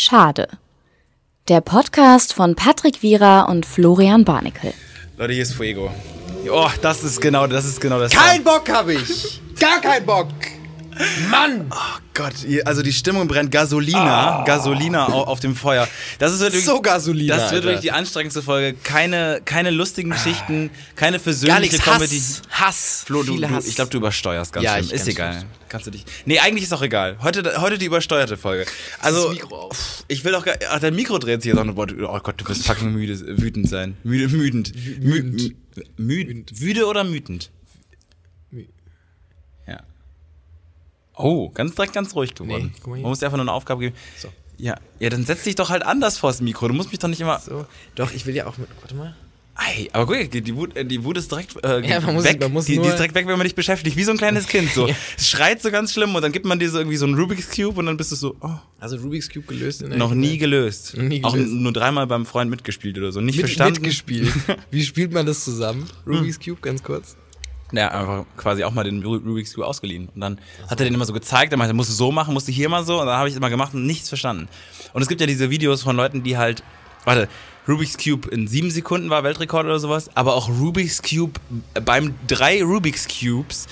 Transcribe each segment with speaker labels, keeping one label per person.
Speaker 1: Schade. Der Podcast von Patrick Wierer und Florian Barnikel.
Speaker 2: Leute, hier ist Fuego. Oh, das ist genau, das ist genau das.
Speaker 3: Kein Bock habe ich! Gar kein Bock! Mann!
Speaker 2: Oh Gott, ihr- also die Stimmung brennt Gasolina, Gasolina au- auf dem Feuer. Das ist wirklich,
Speaker 3: Ah. So Gasolina,
Speaker 2: Das wird
Speaker 3: Alter. Ah.
Speaker 2: wirklich die anstrengendste Folge. Keine, keine lustigen Geschichten, keine versöhnliche
Speaker 3: Gar nichts.
Speaker 2: Comedy.
Speaker 3: Hass. Hass.
Speaker 2: Flo, du,
Speaker 3: Viele
Speaker 2: du,
Speaker 3: Hass.
Speaker 2: ich glaube, du übersteuerst ganz
Speaker 3: Ja,
Speaker 2: schön.
Speaker 3: ich
Speaker 2: Ist
Speaker 3: ganz
Speaker 2: egal.
Speaker 3: schlimm.
Speaker 2: Kannst du dich. Nee, eigentlich ist auch egal. Heute, heute die übersteuerte Folge. Also,
Speaker 3: Das Mikro auf.
Speaker 2: pff, ich will auch gar. Ach, dein Mikro dreht sich jetzt auch noch. Boah, du- Oh Gott, du wirst fucking müde, wütend sein. Müde, müdend. Müdend. Müdend. Müde oder mütend? Ja. Oh, ganz direkt ganz ruhig geworden.
Speaker 3: Nee, guck mal hier.
Speaker 2: Man muss dir einfach nur eine Aufgabe geben.
Speaker 3: So.
Speaker 2: Ja. ja, dann setz dich doch halt anders vors Mikro. Du musst mich doch nicht immer.
Speaker 3: So. Doch, ich will ja auch mit. Warte mal.
Speaker 2: Ei, aber guck, die Wut, äh, die Wut ist direkt äh,
Speaker 3: Ja, man muss-
Speaker 2: weg.
Speaker 3: man muss
Speaker 2: die, die
Speaker 3: nur-
Speaker 2: ist direkt weg, wenn man dich beschäftigt, wie so ein kleines Kind. So.
Speaker 3: Ja.
Speaker 2: Es schreit so ganz schlimm und dann gibt man dir so irgendwie so einen Rubik's Cube und dann bist du so, oh,
Speaker 3: Also Rubik's Cube gelöst in der
Speaker 2: noch nie
Speaker 3: Kindheit.
Speaker 2: gelöst.
Speaker 3: Noch nie
Speaker 2: Auch
Speaker 3: gelöst.
Speaker 2: nur dreimal beim Freund mitgespielt oder so. Nicht
Speaker 3: mit,
Speaker 2: verstanden. Hm.
Speaker 3: mitgespielt. Wie spielt man das zusammen? Rubik's Cube, ganz kurz.
Speaker 2: Ja, einfach quasi auch mal den Ru- Rubik's Cube ausgeliehen. Und dann hat er den immer so gezeigt, er meinte, musst du so machen, musst du hier mal so. Und dann habe ich es immer gemacht und nichts verstanden. Und es gibt ja diese Videos von Leuten, die halt, warte, Rubik's Cube in sieben Sekunden war Weltrekord oder sowas, aber auch Rubik's Cube beim drei Rubik's Cubes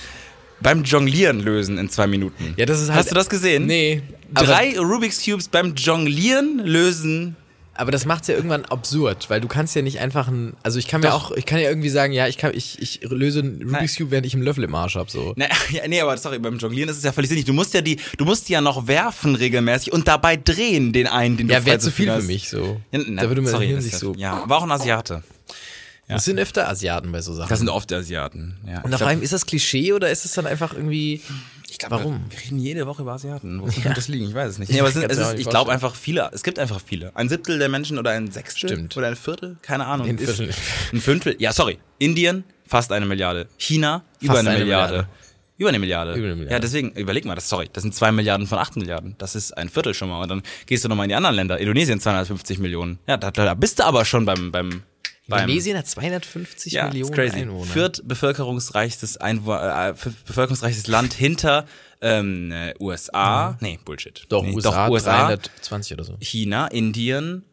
Speaker 2: beim Jonglieren lösen in zwei Minuten.
Speaker 3: Ja, das ist halt-
Speaker 2: Hast du das gesehen?
Speaker 3: Nee.
Speaker 2: Drei Rubik's Cubes beim Jonglieren lösen.
Speaker 3: Aber das macht's ja irgendwann absurd, weil du kannst ja nicht einfach ein, also ich kann mir
Speaker 2: Doch.
Speaker 3: auch, ich kann ja irgendwie sagen, ja, ich kann, ich, ich löse einen Rubik's Cube, während ich einen Löffel im Arsch hab, so.
Speaker 2: Na, ja, nee, aber sorry, beim Jonglieren ist es ja völlig sinnig. Du musst ja die, du musst die ja noch werfen regelmäßig und dabei drehen den einen, den du
Speaker 3: Ja, wäre
Speaker 2: frei
Speaker 3: zu viel für
Speaker 2: hast.
Speaker 3: mich, so.
Speaker 2: Ja, na,
Speaker 3: da würde man
Speaker 2: sorry,
Speaker 3: Hirn
Speaker 2: das
Speaker 3: sich
Speaker 2: ist
Speaker 3: so.
Speaker 2: Ja, aber auch ein Asiate.
Speaker 3: Das sind öfter Asiaten bei so Sachen.
Speaker 2: Das sind oft Asiaten. Ja,
Speaker 3: Und
Speaker 2: ich
Speaker 3: da
Speaker 2: glaub,
Speaker 3: frage ich mich, ist das Klischee oder ist es dann einfach irgendwie, ich glaube, warum?
Speaker 2: Wir reden jede Woche über Asiaten. Wo könnte das liegen? Ich weiß es nicht.
Speaker 3: Ich
Speaker 2: Nee, aber es sind,
Speaker 3: kann's
Speaker 2: es
Speaker 3: mir auch
Speaker 2: ist,
Speaker 3: nicht
Speaker 2: ich glaube
Speaker 3: vorstellen.
Speaker 2: einfach viele. Es gibt einfach viele. Ein Siebtel der Menschen oder ein Sechstel
Speaker 3: Stimmt.
Speaker 2: oder ein Viertel, keine Ahnung.
Speaker 3: Ein
Speaker 2: ist-
Speaker 3: Viertel.
Speaker 2: Ein Fünftel. Ja, sorry. Indien fast eine Milliarde. China über eine,
Speaker 3: eine
Speaker 2: Milliarde.
Speaker 3: Milliarde.
Speaker 2: Über eine Milliarde.
Speaker 3: Über eine Milliarde.
Speaker 2: Ja, deswegen, überleg mal, das, sorry, das sind zwei Milliarden von acht Milliarden. Das ist ein Viertel schon mal. Und dann gehst du nochmal in die anderen Länder. Indonesien 250 Millionen. Ja, da, da bist du aber schon beim, beim, beim
Speaker 3: Indonesien hat 250
Speaker 2: ja,
Speaker 3: Millionen
Speaker 2: ist crazy.
Speaker 3: Einwohner.
Speaker 2: Viert bevölkerungsreichstes, Einwo äh, f- bevölkerungsreichstes Land hinter ähm, äh, USA. Nee, Bullshit.
Speaker 3: doch,
Speaker 2: nee,
Speaker 3: USA,
Speaker 2: doch, USA
Speaker 3: 320 oder so.
Speaker 2: China, Indien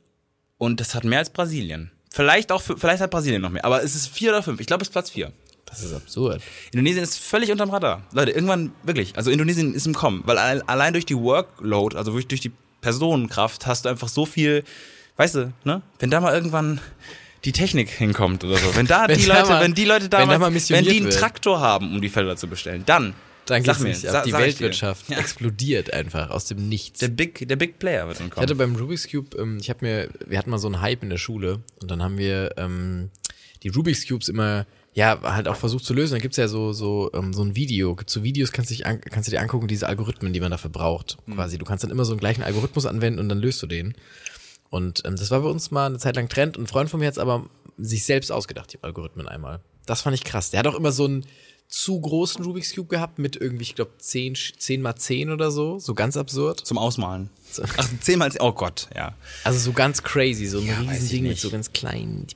Speaker 2: und das hat mehr als Brasilien. Vielleicht auch, für, vielleicht hat Brasilien noch mehr, aber es ist vier oder fünf. Ich glaube, es ist Platz vier.
Speaker 3: Das ist absurd.
Speaker 2: Indonesien ist völlig unterm Radar. Leute, irgendwann wirklich. Also Indonesien ist im Kommen, weil al- allein durch die Workload, also durch, durch die Personenkraft, hast du einfach so viel, weißt du, ne? Wenn da mal irgendwann die Technik hinkommt oder so, wenn da
Speaker 3: Wenn
Speaker 2: die
Speaker 3: da
Speaker 2: Leute,
Speaker 3: mal-
Speaker 2: wenn die Leute
Speaker 3: wenn da
Speaker 2: damals,
Speaker 3: mal
Speaker 2: wenn,
Speaker 3: missioniert
Speaker 2: die einen
Speaker 3: wird.
Speaker 2: Traktor haben, um die Felder zu bestellen, dann, sag
Speaker 3: Dann geht's
Speaker 2: mir,
Speaker 3: nicht
Speaker 2: sa-
Speaker 3: ab. Die
Speaker 2: sag ich dir.
Speaker 3: Weltwirtschaft
Speaker 2: Ja,
Speaker 3: explodiert einfach aus dem Nichts.
Speaker 2: der Big, der Big Player wird dann
Speaker 3: Ich hatte
Speaker 2: kommen.
Speaker 3: beim Rubik's Cube, ähm, ich habe mir, wir hatten mal so einen Hype in der Schule und dann haben wir ähm, die Rubik's Cubes immer, ja, halt auch versucht zu lösen. Da gibt's ja so so ähm, so ein Video, gibt's so Videos, kannst du, dich an, kannst du dir angucken, diese Algorithmen, die man dafür braucht, quasi. Du kannst dann immer so einen gleichen Algorithmus anwenden und dann löst du den. Und ähm, das war bei uns mal eine Zeit lang Trend. Und ein Freund von mir hat's aber sich selbst ausgedacht, die Algorithmen einmal. Das fand ich krass. Der hat auch immer so einen zu großen Rubik's Cube gehabt mit irgendwie, ich glaube, 10, 10 mal 10 oder so. So ganz absurd.
Speaker 2: Zum Ausmalen. Ach, zehnmal, oh Gott, ja.
Speaker 3: Also so ganz crazy, so ein
Speaker 2: Ja, weiß
Speaker 3: riesen
Speaker 2: ich
Speaker 3: Ding mit
Speaker 2: nicht.
Speaker 3: so ganz kleinen.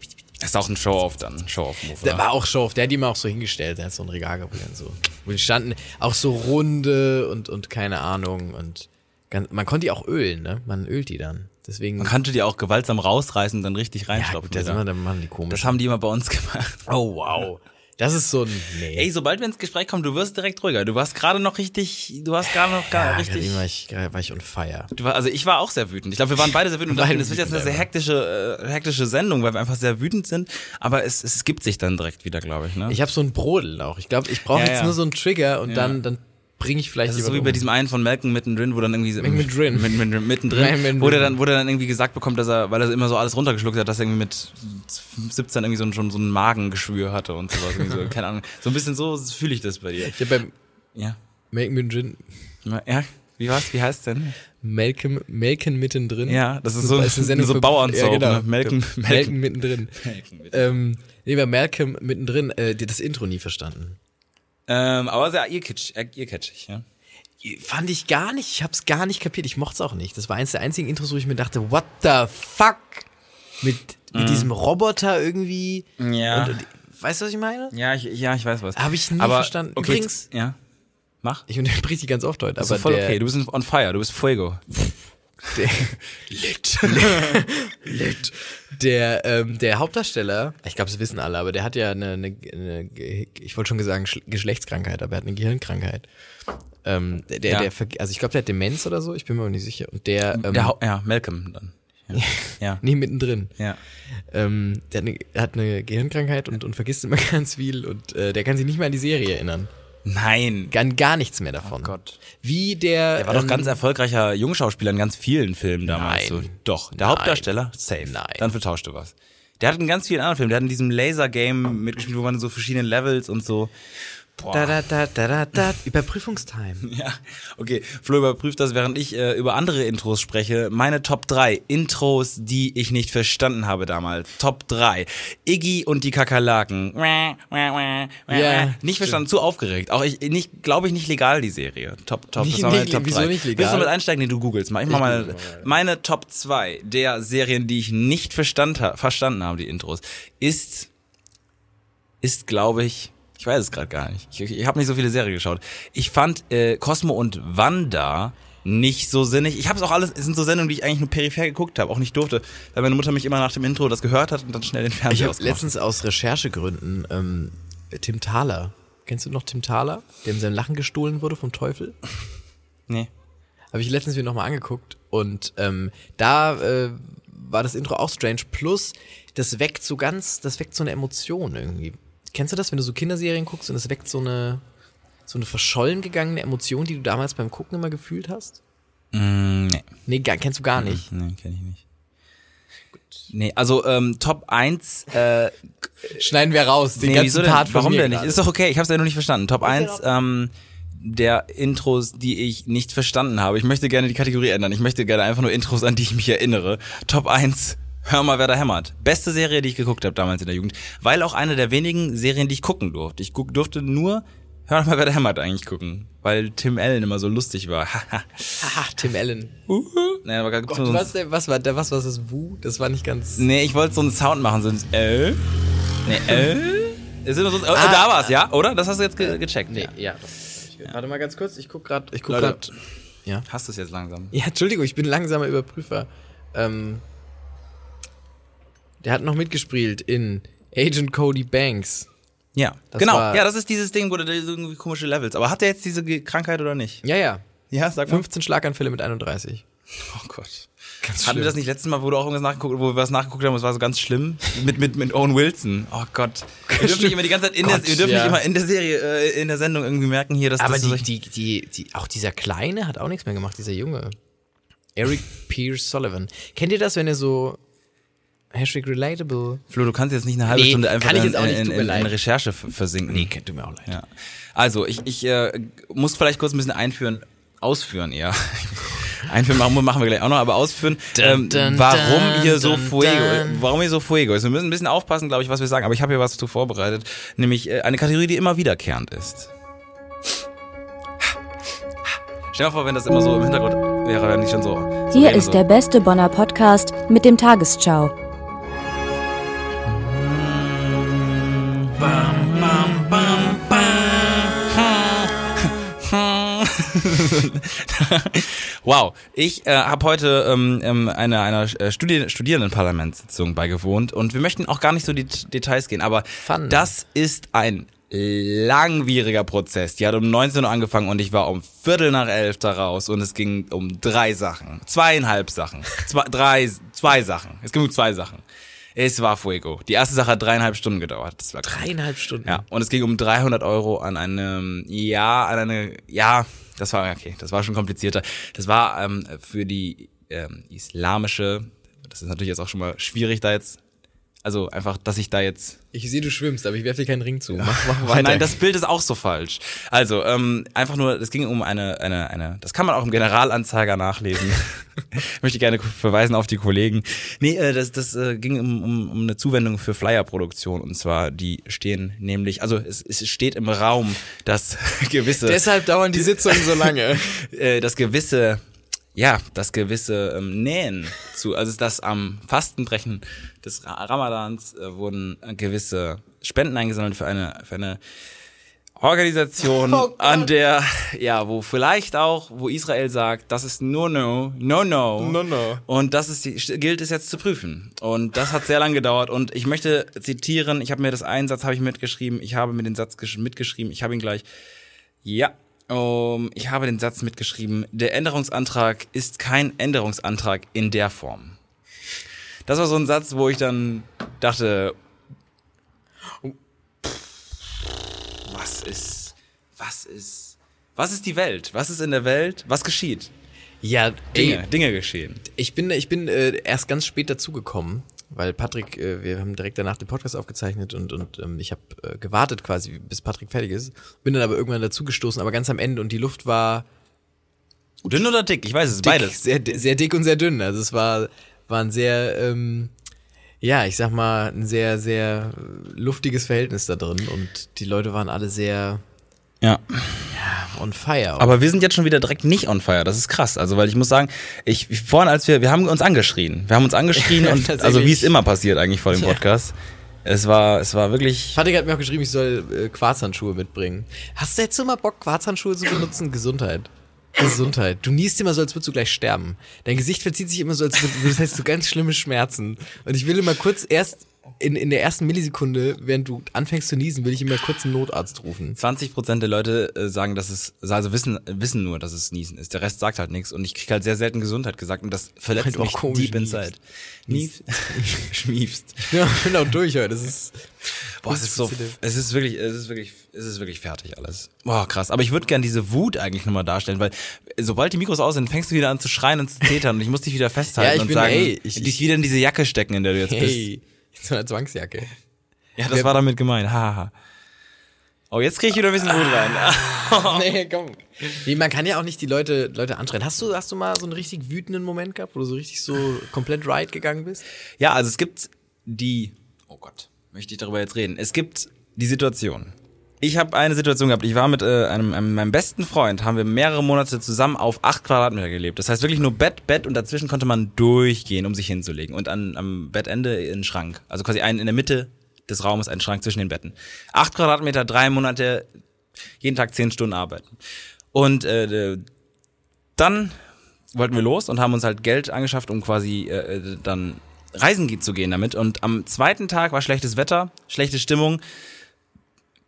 Speaker 2: Das ist auch ein Show-Off dann, Show-Off-Move.
Speaker 3: Der
Speaker 2: oder?
Speaker 3: war auch Show, der hat die mal auch so hingestellt, der hat so ein Regal gehabt, wo die dann so. Wo die standen auch so runde und, und keine Ahnung und ganz, man konnte die auch ölen, ne? Man ölt die dann. Deswegen.
Speaker 2: Man kannte die auch gewaltsam rausreißen und dann richtig
Speaker 3: ja,
Speaker 2: reinstopfen.
Speaker 3: gut, da sind
Speaker 2: oder?
Speaker 3: wir dann machen die komisch.
Speaker 2: Das haben die immer bei uns gemacht.
Speaker 3: oh wow. Das ist so ein. Nee.
Speaker 2: Ey, sobald wir ins Gespräch kommen, du wirst direkt ruhiger. Du warst gerade noch richtig, du warst gerade noch gar
Speaker 3: ja,
Speaker 2: richtig.
Speaker 3: gerade Ah, War ich, gerade war ich on fire.
Speaker 2: Du war, also ich war auch sehr wütend. Ich glaube, wir waren beide sehr wütend. Und
Speaker 3: Beide
Speaker 2: dachten, das wird jetzt eine
Speaker 3: wütend
Speaker 2: sehr hektische, äh, hektische Sendung, weil wir einfach sehr wütend sind. Aber es, es gibt sich dann direkt wieder, glaube ich. Ne?
Speaker 3: Ich habe so ein Brodel auch. Ich glaube, ich brauche
Speaker 2: Ja,
Speaker 3: jetzt
Speaker 2: ja.
Speaker 3: nur so einen Trigger und
Speaker 2: Ja.
Speaker 3: dann, dann bringe ich vielleicht
Speaker 2: das ist so wie
Speaker 3: jemanden
Speaker 2: bei
Speaker 3: um.
Speaker 2: diesem einen von Malcolm mittendrin, wo dann irgendwie so-
Speaker 3: Mittendrin.
Speaker 2: mit, mit,
Speaker 3: Nein,
Speaker 2: mittendrin,
Speaker 3: mittendrin.
Speaker 2: wo der dann, wo der dann irgendwie gesagt bekommt, dass er, weil er immer so alles runtergeschluckt hat, dass er irgendwie mit 17 irgendwie so ein, schon so ein Magengeschwür hatte und sowas. Irgendwie so, keine Ahnung. So ein bisschen so fühle ich das bei dir.
Speaker 3: Ich habe beim
Speaker 2: Ja.
Speaker 3: Malcolm mittendrin,
Speaker 2: Ja. Wie war's? Wie heißt denn?
Speaker 3: Malcolm, Malcolm mittendrin.
Speaker 2: Ja, das ist so, so
Speaker 3: für- genau.
Speaker 2: Bauernsoap. ne? Melken,
Speaker 3: Malcolm,
Speaker 2: Melken.
Speaker 3: mittendrin. Ähm, nee, bei Malcolm mittendrin, äh, die hat das Intro nie verstanden.
Speaker 2: Ähm, aber sehr ihr kitsch, äh, ihr kitschig, ja.
Speaker 3: Fand ich gar nicht, ich hab's gar nicht kapiert, ich mocht's auch nicht. Das war eins der einzigen Intros, wo ich mir dachte, what the fuck? Mit, mit diesem Roboter irgendwie.
Speaker 2: Ja.
Speaker 3: Und, und, weißt du, was ich meine?
Speaker 2: äh, Ja, ich, ja, ich weiß was.
Speaker 3: Hab ich nie
Speaker 2: aber,
Speaker 3: verstanden.
Speaker 2: Okay,
Speaker 3: Übrigens-
Speaker 2: jetzt- ja. Mach.
Speaker 3: Ich unterbrich die ganz oft heute,
Speaker 2: Das
Speaker 3: aber
Speaker 2: ist voll
Speaker 3: der,
Speaker 2: okay. Du bist on fire, du bist Fuego.
Speaker 3: Der, lit. lit. Der, ähm, der Hauptdarsteller, ich glaube, es wissen alle, aber der hat ja eine, eine, eine Ge- ich wollte schon sagen Sch- Geschlechtskrankheit, aber er hat eine Gehirnkrankheit. Ähm, der, der,
Speaker 2: Ja.
Speaker 3: der, verg- also ich glaube, der hat Demenz oder so, ich bin mir aber nicht sicher. Und der, ähm,
Speaker 2: Der Hau- ja, Malcolm dann. Ja.
Speaker 3: nee, mittendrin.
Speaker 2: ja.
Speaker 3: Ähm, der hat eine, er hat eine Gehirnkrankheit und, und vergisst immer ganz viel und äh, der kann sich nicht mehr an die Serie erinnern.
Speaker 2: Nein.
Speaker 3: Gar, gar nichts mehr davon.
Speaker 2: Oh Gott.
Speaker 3: Wie der. ähm,
Speaker 2: Er war doch ganz erfolgreicher Jungschauspieler in ganz vielen Filmen damals.
Speaker 3: Nein.
Speaker 2: So. Doch, der
Speaker 3: Nein.
Speaker 2: Hauptdarsteller, safe.
Speaker 3: Nein.
Speaker 2: Dann vertauscht du was. Der hat in ganz vielen anderen Filmen, der hat in diesem Laser-Game mitgespielt, wo man so verschiedene Levels und so. Boah.
Speaker 3: Da, da, da, da, da, da. Überprüfungstime.
Speaker 2: Ja, okay. Flo überprüft das, während ich äh, über andere Intros spreche. Meine Top 3 Intros, die ich nicht verstanden habe damals. Top 3. Iggy und die Kakerlaken.
Speaker 3: Ja,
Speaker 2: Ja,
Speaker 3: stimmt.
Speaker 2: nicht verstanden, zu aufgeregt. Auch ich nicht, glaube ich, nicht legal die Serie. Top, top.
Speaker 3: Nicht-
Speaker 2: das war meine
Speaker 3: nicht-
Speaker 2: Top
Speaker 3: wieso
Speaker 2: 3.
Speaker 3: nicht legal?
Speaker 2: Willst du mit einsteigen? Nee, du googelst mal. Ich mach mal
Speaker 3: google
Speaker 2: meine Top 2 der Serien, die ich nicht verstand, ha- verstanden habe, die Intros, ist ist, glaube ich, ich weiß es gerade gar nicht. Ich, ich habe nicht so viele Serien geschaut. Ich fand äh, Cosmo und Wanda nicht so sinnig. Ich habe es auch alles, es sind so Sendungen, die ich eigentlich nur peripher geguckt habe, auch nicht durfte, weil meine Mutter mich immer nach dem Intro das gehört hat und dann schnell den
Speaker 3: Ich
Speaker 2: Fernseher
Speaker 3: habe
Speaker 2: ausgemacht.
Speaker 3: letztens aus Recherchegründen ähm, Tim Thaler. Kennst du noch Tim Thaler, dem sein Lachen gestohlen wurde vom Teufel?
Speaker 2: Nee.
Speaker 3: Habe ich letztens mir nochmal angeguckt und ähm, da äh, war das Intro auch strange. Plus, das weckt so ganz, das weckt so eine Emotion irgendwie. Kennst du das, wenn du so Kinderserien guckst und es weckt so eine, so eine verschollen gegangene Emotion, die du damals beim Gucken immer gefühlt hast?
Speaker 2: Mm, nee. Mhm.
Speaker 3: Nee, gar, kennst du gar nicht.
Speaker 2: Nee, kenne ich nicht. Nee, also ähm, Top 1, äh,
Speaker 3: Schneiden wir raus, den
Speaker 2: nee,
Speaker 3: ganzen
Speaker 2: wieso denn,
Speaker 3: Part von
Speaker 2: warum
Speaker 3: mir
Speaker 2: denn nicht?
Speaker 3: gerade.
Speaker 2: Ist doch okay, ich habe es ja nur nicht verstanden. Top 1 ähm, der Intros, die ich nicht verstanden habe. Ich möchte gerne die Kategorie ändern. Ich möchte gerne einfach nur Intros, an die ich mich erinnere. Top 1, Hör mal, wer da hämmert. Beste Serie, die ich geguckt habe damals in der Jugend. Weil auch eine der wenigen Serien, die ich gucken durfte. Ich guck, durfte nur Hör mal, wer da hämmert eigentlich gucken. Weil Tim Allen immer so lustig war.
Speaker 3: Haha, Tim Allen.
Speaker 2: naja, aber gibt's
Speaker 3: Gott,
Speaker 2: nur so einen
Speaker 3: was, denn- was war da, was war das Wu? Das war nicht ganz.
Speaker 2: Nee, ich wollte so einen Sound machen, so ein äh. Nee, äh. Es ist immer so, oh,
Speaker 3: Ah.
Speaker 2: da war's, ja, oder? Das hast du jetzt ge gecheckt.
Speaker 3: Nee,
Speaker 2: Ja.
Speaker 3: ja. Ich, warte mal ganz kurz, ich guck gerade. Ich guck
Speaker 2: Leute.
Speaker 3: gerade. Ja.
Speaker 2: Hast du es jetzt langsam?
Speaker 3: Ja, Entschuldigung, ich bin langsamer Überprüfer. Ähm, der hat noch mitgespielt in Agent Cody Banks.
Speaker 2: Ja,
Speaker 3: Das
Speaker 2: genau.
Speaker 3: war-
Speaker 2: Ja, das ist dieses Ding, wo du da irgendwie komische Levels. Aber hat der jetzt diese Ge- Krankheit oder nicht?
Speaker 3: Ja, ja.
Speaker 2: Ja, sag
Speaker 3: 15 Schlaganfälle mit 31.
Speaker 2: Oh Gott.
Speaker 3: Ganz
Speaker 2: Hatten wir das nicht letztes Mal, wo du auch irgendwas nachgeguckt, wo wir was nachgeguckt haben, das war so ganz schlimm mit mit mit Owen Wilson. Oh Gott. Wir dürfen nicht immer die ganze Zeit in der
Speaker 3: Gott,
Speaker 2: wir dürfen
Speaker 3: ja.
Speaker 2: nicht immer in der Serie äh, in der Sendung irgendwie merken hier, dass
Speaker 3: Aber
Speaker 2: das
Speaker 3: die,
Speaker 2: so
Speaker 3: die, die, die, auch dieser Kleine hat auch nichts mehr gemacht, dieser Junge. Eric Pierce Sullivan. Kennt ihr das, wenn ihr so Hashtag Relatable?
Speaker 2: Flo, du kannst jetzt nicht eine halbe
Speaker 3: Nee,
Speaker 2: Stunde einfach
Speaker 3: kann ich
Speaker 2: in,
Speaker 3: jetzt auch nicht,
Speaker 2: in,
Speaker 3: tut mir
Speaker 2: in, in
Speaker 3: leid.
Speaker 2: Recherche f- versinken. Nee,
Speaker 3: Kennt du mir auch leid.
Speaker 2: Ja. Also, ich, ich äh, muss vielleicht kurz ein bisschen einführen, ausführen eher. Einführen machen, machen wir gleich auch noch, aber ausführen, ähm,
Speaker 3: dun,
Speaker 2: warum hier
Speaker 3: dun,
Speaker 2: so
Speaker 3: dun,
Speaker 2: Fuego,
Speaker 3: dun.
Speaker 2: warum hier so Fuego ist. Wir müssen ein bisschen aufpassen, glaube ich, was wir sagen, aber ich habe hier was zu vorbereitet, nämlich äh, eine Kategorie, die immer wiederkehrend ist. Stell dir mal vor, wenn das immer so im Hintergrund wäre, wäre nicht schon so. so
Speaker 1: Hier
Speaker 2: reden,
Speaker 1: ist
Speaker 2: so.
Speaker 1: der beste Bonner Podcast mit dem Tagesschau.
Speaker 2: Wow, ich äh, habe heute ähm, ähm, einer einer äh, Studi Studierendenparlamentssitzung beigewohnt und wir möchten auch gar nicht so die T- Details gehen, aber
Speaker 3: Fun.
Speaker 2: das ist ein langwieriger Prozess. Die hat um 19 Uhr angefangen und ich war um Viertel nach elf da raus und es ging um drei Sachen, zweieinhalb Sachen, zwei, drei, zwei Sachen. Es ging um zwei Sachen. Es war Fuego. Die erste Sache hat dreieinhalb Stunden gedauert. Das war krass.
Speaker 3: Dreieinhalb Stunden.
Speaker 2: Ja, und es ging um 300 Euro an einem, ja, an eine, ja, das war, okay, das war schon komplizierter. Das war ähm, für die ähm, islamische, das ist natürlich jetzt auch schon mal schwierig da jetzt, also einfach, dass ich da jetzt
Speaker 3: Ich sehe, du schwimmst, aber ich werfe dir keinen Ring zu. Mach, mach weiter.
Speaker 2: Nein, das Bild ist auch so falsch. Also, ähm, einfach nur, es ging um eine, eine, eine, das kann man auch im Generalanzeiger nachlesen. Ich möchte gerne verweisen auf die Kollegen. Nee, äh, das, das äh, ging um, um, um eine Zuwendung für Flyer-Produktion. Und zwar, die stehen nämlich, also es, es steht im Raum, dass gewisse
Speaker 3: Deshalb dauern die Sitzungen so lange.
Speaker 2: äh, das gewisse, ja, das gewisse ähm, Nähen zu, also das am Fastenbrechen des Ra- Ramadans äh, wurden gewisse Spenden eingesammelt für eine, für eine Organisation,
Speaker 3: Oh
Speaker 2: an der, ja, wo vielleicht auch, wo Israel sagt, das ist no, no, no, no.
Speaker 3: No, no.
Speaker 2: Und das ist, die- gilt es jetzt zu prüfen. Und das hat sehr lange gedauert. Und ich möchte zitieren, ich habe mir das einen Satz habe ich mitgeschrieben, ich habe mir den Satz gesch- mitgeschrieben, ich habe ihn gleich. Ja, ähm, ich habe den Satz mitgeschrieben, der Änderungsantrag ist kein Änderungsantrag in der Form. Das war so ein Satz, wo ich dann dachte, was ist, was ist, was ist die Welt? Was ist in der Welt? Was geschieht?
Speaker 3: Ja,
Speaker 2: Dinge,
Speaker 3: ey,
Speaker 2: Dinge geschehen.
Speaker 3: ich bin, ich bin äh, erst ganz spät dazugekommen, weil Patrick, äh, wir haben direkt danach den Podcast aufgezeichnet und, und ähm, ich habe äh, gewartet quasi, bis Patrick fertig ist. Bin dann aber irgendwann dazugestoßen, aber ganz am Ende und die Luft war
Speaker 2: Dünn oder dick? Ich weiß es,
Speaker 3: dick,
Speaker 2: beides.
Speaker 3: Sehr, di- sehr dick und sehr dünn. Also es war, war ein sehr, ähm, ja, ich sag mal, ein sehr, sehr äh, luftiges Verhältnis da drin und die Leute waren alle sehr
Speaker 2: Ja.
Speaker 3: on fire.
Speaker 2: Aber wir sind jetzt schon wieder direkt nicht on fire. Das ist krass. Also, weil ich muss sagen, ich, ich- vorhin, als wir, wir haben uns angeschrien. Wir haben uns angeschrien
Speaker 3: Ja,
Speaker 2: und, also,
Speaker 3: tatsächlich.
Speaker 2: wie es immer passiert eigentlich vor dem
Speaker 3: Ja.
Speaker 2: Podcast. Es war, es war wirklich,
Speaker 3: Patrick hat mir auch geschrieben, ich soll äh, Quarzhandschuhe mitbringen. Hast du jetzt immer Bock, Quarzhandschuhe zu benutzen? Gesundheit. Gesundheit. Du niest immer so, als würdest du gleich sterben. Dein Gesicht verzieht sich immer so, als würdest das heißt, du ganz schlimme Schmerzen. Und ich will immer kurz erst in, in der ersten Millisekunde, während du anfängst zu niesen, will ich immer kurz einen Notarzt rufen.
Speaker 2: 20 Prozent der Leute äh, sagen, dass es, also wissen, wissen nur, dass es Niesen ist. Der Rest sagt halt nichts. Und ich krieg halt sehr selten Gesundheit gesagt. Und das
Speaker 3: Weil
Speaker 2: verletzt
Speaker 3: du auch
Speaker 2: mich
Speaker 3: komisch
Speaker 2: deep inside. Nief, schmiefst.
Speaker 3: Ja, ich bin auch durch heute. Das ist,
Speaker 2: Boah, es ist so, es ist wirklich, es ist wirklich, es ist wirklich fertig alles. Boah, krass. Aber ich würde gern diese Wut eigentlich nochmal darstellen, weil äh, sobald die Mikros aus sind, fängst du wieder an zu schreien und zu zetern und ich muss dich wieder festhalten
Speaker 3: Ja, ich
Speaker 2: und
Speaker 3: bin-
Speaker 2: sagen,
Speaker 3: ey, ich-
Speaker 2: dich
Speaker 3: ich-
Speaker 2: wieder in diese Jacke stecken, in der du jetzt bist.
Speaker 3: hey, in so einer Zwangsjacke.
Speaker 2: Ja, das war damit gemeint. Haha. Ha. Oh, jetzt krieg ich wieder ein bisschen Wut rein.
Speaker 3: Nee, komm. Nee, man kann ja auch nicht die Leute, Leute anschreien. Hast du, hast du mal so einen richtig wütenden Moment gehabt, wo du so richtig so komplett right gegangen bist?
Speaker 2: Ja, also es gibt die. Oh Gott, möchte ich darüber jetzt reden? Es gibt die Situation. Ich habe eine Situation gehabt. Ich war mit äh, einem, einem meinem besten Freund, haben wir mehrere Monate zusammen auf acht Quadratmeter gelebt. Das heißt wirklich nur Bett, Bett und dazwischen konnte man durchgehen, um sich hinzulegen und an, am Bettende einen Schrank. Also quasi einen in der Mitte des Raumes, einen Schrank zwischen den Betten. Acht Quadratmeter, drei Monate, jeden Tag zehn Stunden arbeiten. Und äh, dann wollten wir los und haben uns halt Geld angeschafft, um quasi äh, äh, dann reisen ge- zu gehen damit. Und am zweiten Tag war schlechtes Wetter, schlechte Stimmung.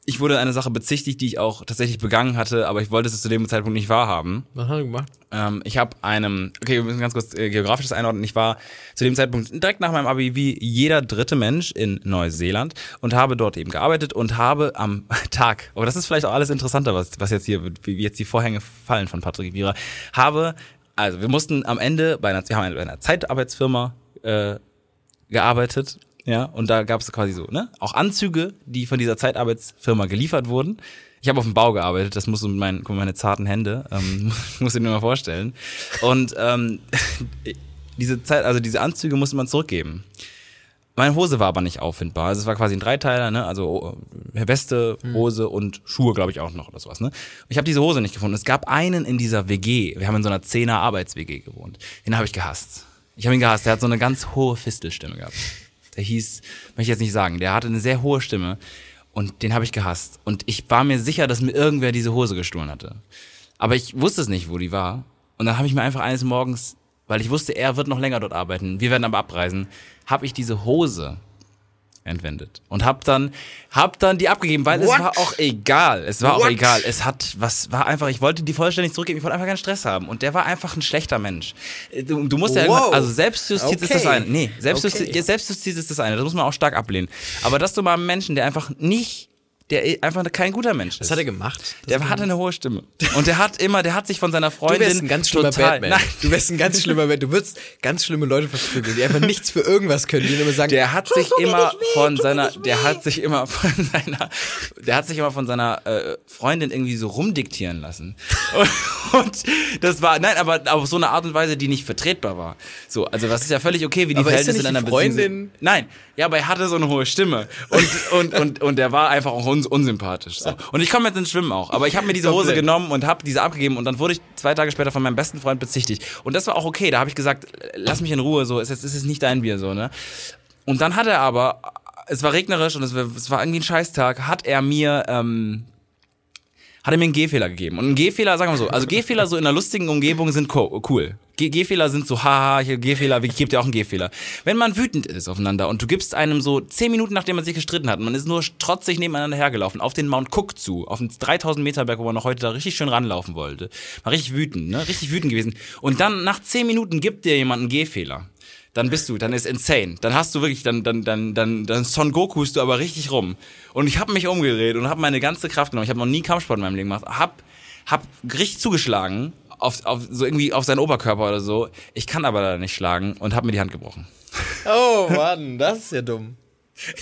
Speaker 2: Ich wurde einer Sache bezichtigt, die ich auch tatsächlich begangen hatte, aber ich wollte es zu dem Zeitpunkt nicht wahrhaben.
Speaker 3: Was haben wir gemacht?
Speaker 2: Ähm, ich habe einem, okay, wir müssen ganz kurz äh, geografisches einordnen. Ich war zu dem Zeitpunkt direkt nach meinem Abi wie jeder dritte Mensch in Neuseeland und habe dort eben gearbeitet und habe am Tag, aber das ist vielleicht auch alles interessanter, was, was jetzt hier, wie wie jetzt die Vorhänge fallen von Patrick Wierer, habe, also wir mussten am Ende bei einer, wir haben bei einer Zeitarbeitsfirma äh, gearbeitet. Ja, und da gab es quasi so, ne? Auch Anzüge, die von dieser Zeitarbeitsfirma geliefert wurden. Ich habe auf dem Bau gearbeitet, das musst du mit meinen, guck mal, meine zarten Hände, ähm, musst du dir nur mal vorstellen. Und ähm, diese Zeit, also diese Anzüge musste man zurückgeben. Meine Hose war aber nicht auffindbar. Also es war quasi ein Dreiteiler, ne? Also äh, Weste, Hose und Schuhe, glaube ich, auch noch oder sowas, ne? Und ich habe diese Hose nicht gefunden. Es gab einen in dieser WG. Wir haben in so einer Zehner Arbeits-WG gewohnt. Den habe ich gehasst. Ich habe ihn gehasst. Der hat so eine ganz hohe Fistelstimme gehabt. Der hieß, möchte ich jetzt nicht sagen, der hatte eine sehr hohe Stimme und den habe ich gehasst. Und ich war mir sicher, dass mir irgendwer diese Hose gestohlen hatte. Aber ich wusste es nicht, wo die war. Und dann habe ich mir einfach eines Morgens, weil ich wusste, er wird noch länger dort arbeiten, wir werden aber abreisen, habe ich diese Hose entwendet und habe dann hab dann die abgegeben, weil es
Speaker 3: What?
Speaker 2: war auch egal, es war auch
Speaker 3: What?
Speaker 2: egal, es hat was war einfach, ich wollte die vollständig zurückgeben, ich wollte einfach keinen Stress haben und der war einfach ein schlechter Mensch. Du, du musst ja
Speaker 3: Wow.
Speaker 2: irgendwann- also Selbstjustiz ist das
Speaker 3: Okay.
Speaker 2: eine. Nee, Selbstjustiz,
Speaker 3: Okay.
Speaker 2: Selbstjustiz ist das eine, das muss man auch stark ablehnen. Aber dass du mal einen Menschen, der einfach nicht der eh einfach kein guter Mensch ist.
Speaker 3: Was hat er gemacht?
Speaker 2: Der hatte eine hohe Stimme. Und der hat immer, der hat sich von seiner Freundin.
Speaker 3: Du wärst ein ganz schlimmer
Speaker 2: total,
Speaker 3: Batman.
Speaker 2: Nein,
Speaker 3: Du wärst ein ganz schlimmer Batman. Du würdest ganz schlimme Leute verprügeln, die einfach nichts für irgendwas können, die immer sagen,
Speaker 2: der hat sich
Speaker 3: tu mir
Speaker 2: immer
Speaker 3: nicht weh,
Speaker 2: von
Speaker 3: tu mir
Speaker 2: seiner,
Speaker 3: nicht weh.
Speaker 2: der hat sich immer von seiner, der hat sich immer von seiner äh, Freundin irgendwie so rumdiktieren lassen. Und, und das war, nein, aber auf so eine Art und Weise, die nicht vertretbar war. So, also das ist ja völlig okay, wie die
Speaker 3: Aber ist
Speaker 2: Verhältnisse
Speaker 3: ja nicht
Speaker 2: in einer
Speaker 3: die
Speaker 2: Beziehung sind.
Speaker 3: Freundin-
Speaker 2: Nein, ja, aber er hatte so eine hohe Stimme und und und und der war einfach auch uns unsympathisch. So. Und ich komme jetzt ins Schwimmen auch, aber ich habe mir diese Hose
Speaker 3: Komplett.
Speaker 2: genommen und habe diese abgegeben und dann wurde ich zwei Tage später von meinem besten Freund bezichtigt und das war auch okay. Da habe ich gesagt, lass mich in Ruhe, so es ist, es ist nicht dein Bier, so ne. Und dann hat er aber, es war regnerisch und es war, es war irgendwie ein Scheißtag, hat er mir ähm, hat er mir einen Gehfehler gegeben. Und ein Gehfehler, sagen wir mal so, also Gehfehler so in einer lustigen Umgebung sind co- cool. Ge- Gehfehler sind so, haha, ich- Gehfehler, ich gebe dir auch einen Gehfehler. Wenn man wütend ist aufeinander und du gibst einem so zehn Minuten, nachdem man sich gestritten hat, und man ist nur trotzig nebeneinander hergelaufen, auf den Mount Cook zu, auf den 3000 Meter Berg, wo man noch heute da richtig schön ranlaufen wollte, war richtig wütend, ne, richtig wütend gewesen. Und dann nach zehn Minuten gibt dir jemand einen Gehfehler dann bist du, dann ist insane. Dann hast du wirklich, dann, dann, dann, dann, dann Son Gokust du aber richtig rum. Und ich habe mich umgedreht und habe meine ganze Kraft genommen. Ich habe noch nie Kampfsport in meinem Leben gemacht. Hab, hab richtig zugeschlagen auf, auf so irgendwie auf seinen Oberkörper oder so. Ich kann aber leider nicht schlagen und habe mir die Hand gebrochen.
Speaker 3: Oh Mann, das ist ja dumm.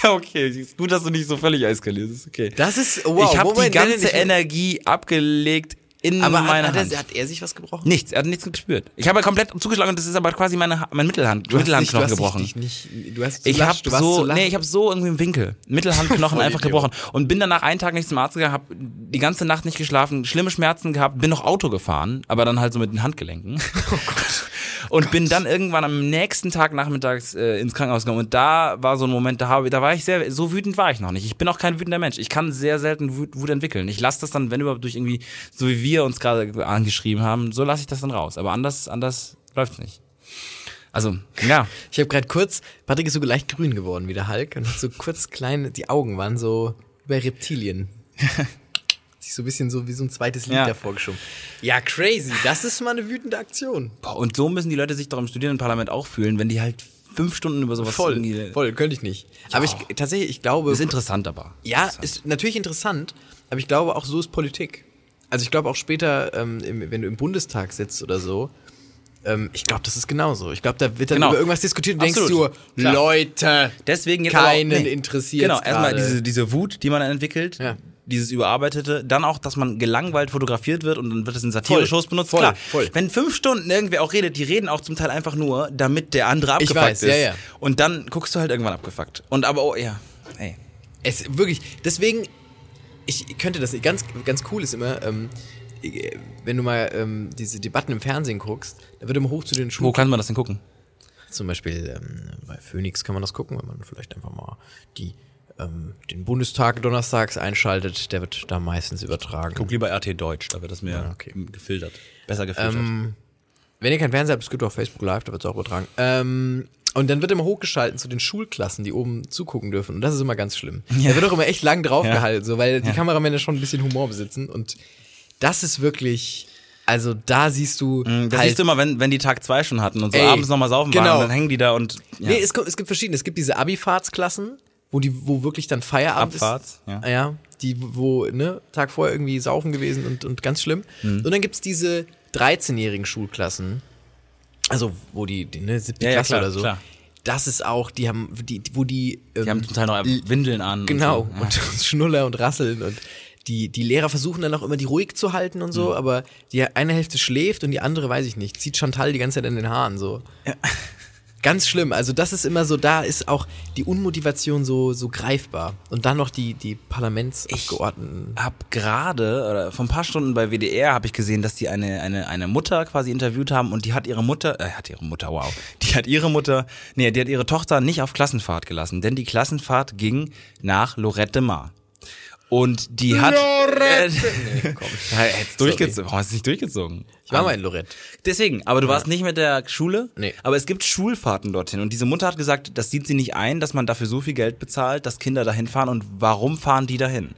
Speaker 2: Ja, okay. Ist gut, dass du nicht so völlig eskalierst. Ist okay.
Speaker 3: Das ist, wow.
Speaker 2: ich habe die
Speaker 3: Moment, nein,
Speaker 2: ganze
Speaker 3: nein, ich-
Speaker 2: Energie abgelegt in
Speaker 3: Aber hat,
Speaker 2: meine
Speaker 3: hat,
Speaker 2: Hand.
Speaker 3: er, hat er sich was gebrochen?
Speaker 2: nichts, er hat nichts gespürt. Ich habe komplett zugeschlagen und das ist aber quasi meine, Ha- mein Mittelhand, Mittelhandknochen gebrochen.
Speaker 3: Dich nicht, du hast
Speaker 2: Ich habe
Speaker 3: du warst zu
Speaker 2: so,
Speaker 3: lasch.
Speaker 2: nee, ich habe so irgendwie im Winkel Mittelhandknochen
Speaker 3: Voll
Speaker 2: einfach
Speaker 3: Idiot.
Speaker 2: gebrochen und bin danach einen Tag nicht zum Arzt gegangen, habe die ganze Nacht nicht geschlafen, schlimme Schmerzen gehabt, bin noch Auto gefahren, aber dann halt so mit den Handgelenken.
Speaker 3: Oh
Speaker 2: Und bin dann irgendwann am nächsten Tag nachmittags äh, ins Krankenhaus gekommen. Und da war so ein Moment, da, habe, da war ich sehr, so wütend war ich noch nicht. Ich bin auch kein wütender Mensch. Ich kann sehr selten Wut, Wut entwickeln. Ich lasse das dann, wenn überhaupt durch irgendwie, so wie wir uns gerade angeschrieben haben, so lasse ich das dann raus. Aber anders, anders läuft's nicht. Also, ja.
Speaker 3: Ich habe gerade kurz, Patrick ist so leicht grün geworden wie der Hulk und hat so kurz kleine, die Augen waren so wie bei Reptilien. Hat Sich so ein bisschen so wie so ein zweites Lied
Speaker 2: Ja.
Speaker 3: davor geschoben. Ja, crazy. Das ist mal eine wütende Aktion.
Speaker 2: Boah, und so müssen die Leute sich doch im Studierendenparlament auch fühlen, wenn die halt fünf Stunden über sowas irgendwie-
Speaker 3: voll, könnte ich nicht. Aber ich tatsächlich, ich glaube.
Speaker 2: Ist interessant aber.
Speaker 3: Ja, ist natürlich interessant, aber ich glaube auch so ist Politik. Also ich glaube auch später, ähm, im, wenn du im Bundestag sitzt oder so, ähm, ich glaube, das ist genauso. Ich glaube, da wird dann
Speaker 2: Genau.
Speaker 3: über irgendwas diskutiert und denkst
Speaker 2: Absolut.
Speaker 3: du,
Speaker 2: Klar.
Speaker 3: Leute,
Speaker 2: Deswegen jetzt
Speaker 3: keinen
Speaker 2: aber, nee.
Speaker 3: interessiert.
Speaker 2: Genau, erstmal diese, diese Wut, die man dann entwickelt,
Speaker 3: Ja.
Speaker 2: dieses Überarbeitete, dann auch, dass man gelangweilt fotografiert wird und dann wird das in Satire-Shows
Speaker 3: Voll,
Speaker 2: benutzt.
Speaker 3: voll,
Speaker 2: Klar,
Speaker 3: voll.
Speaker 2: wenn fünf Stunden irgendwer auch redet, die reden auch zum Teil einfach nur, damit der andere
Speaker 3: Ich
Speaker 2: abgefuckt
Speaker 3: weiß,
Speaker 2: ist.
Speaker 3: ja, ja.
Speaker 2: Und dann guckst du halt irgendwann abgefuckt. Und aber, oh ja, ey.
Speaker 3: Es wirklich, deswegen, ich könnte das nicht. Ganz, ganz cool ist immer, ähm, wenn du mal ähm, diese Debatten im Fernsehen guckst, da wird immer hoch zu den Schulen.
Speaker 2: Wo kann man das denn gucken?
Speaker 3: Zum Beispiel ähm, bei Phoenix kann man das gucken, wenn man vielleicht einfach mal die, ähm, den Bundestag donnerstags einschaltet. Der wird da meistens übertragen.
Speaker 2: Guck lieber RT Deutsch, da wird das mir
Speaker 3: okay.
Speaker 2: gefiltert. Besser gefiltert.
Speaker 3: Ähm, Wenn ihr keinen Fernseher habt, es gibt auch Facebook Live, da wird es auch übertragen. Ähm, und dann wird immer hochgeschalten zu den Schulklassen, die oben zugucken dürfen. Und das ist immer ganz schlimm. Da wird auch immer echt lang draufgehalten, so, weil die Kameramänner schon ein bisschen Humor besitzen. Und das ist wirklich, also da siehst du halt
Speaker 2: Das Mm, siehst du immer, wenn, wenn die Tag zwei schon hatten und so
Speaker 3: Ey,
Speaker 2: abends nochmal saufen
Speaker 3: genau.
Speaker 2: waren, und dann hängen die da und ja.
Speaker 3: Nee, es, gibt- es gibt verschiedene. Es gibt diese Abifahrtsklassen, wo die, wo wirklich dann Feierabend
Speaker 2: Abfahrts,
Speaker 3: ist.
Speaker 2: ja.
Speaker 3: Ah Ja. Die, wo, ne, Tag vorher irgendwie saufen gewesen und, und ganz schlimm.
Speaker 2: Mhm.
Speaker 3: Und dann gibt's diese 13-jährigen Schulklassen, also wo die, die ne, siebte
Speaker 2: Ja, ja,
Speaker 3: Klasse
Speaker 2: klar,
Speaker 3: oder so.
Speaker 2: klar.
Speaker 3: Das ist auch, die haben, die, die- wo die, ähm,
Speaker 2: die haben zum Teil noch Windeln an.
Speaker 3: Genau,
Speaker 2: Und so.
Speaker 3: und Schnuller und Rasseln und die, die Lehrer versuchen dann auch immer, die ruhig zu halten und
Speaker 2: Mhm.
Speaker 3: so, aber die eine Hälfte schläft und die andere, weiß ich nicht, zieht Chantal die ganze Zeit in den Haaren so. Ganz schlimm, also das ist immer so, da ist auch die Unmotivation so, so greifbar. Und dann noch die, die Parlamentsabgeordneten.
Speaker 2: hab gerade, oder vor ein paar Stunden bei WDR habe ich gesehen, dass die eine, eine, eine Mutter quasi interviewt haben und die hat ihre Mutter, äh, hat ihre Mutter, wow, die hat ihre Mutter, nee, die hat ihre Tochter nicht auf Klassenfahrt gelassen, denn die Klassenfahrt ging nach Lorette Mar. Und die hat. Lorette! Äh, komm, jetzt durchgezogen. Warum oh, hast du es nicht durchgezogen?
Speaker 3: Ich war mal in Lorette.
Speaker 2: Deswegen, aber du warst nicht mit der Schule.
Speaker 3: Nee.
Speaker 2: Aber es gibt Schulfahrten dorthin. Und diese Mutter hat gesagt, das sieht sie nicht ein, dass man dafür so viel Geld bezahlt, dass Kinder dahin fahren und warum fahren die dahin?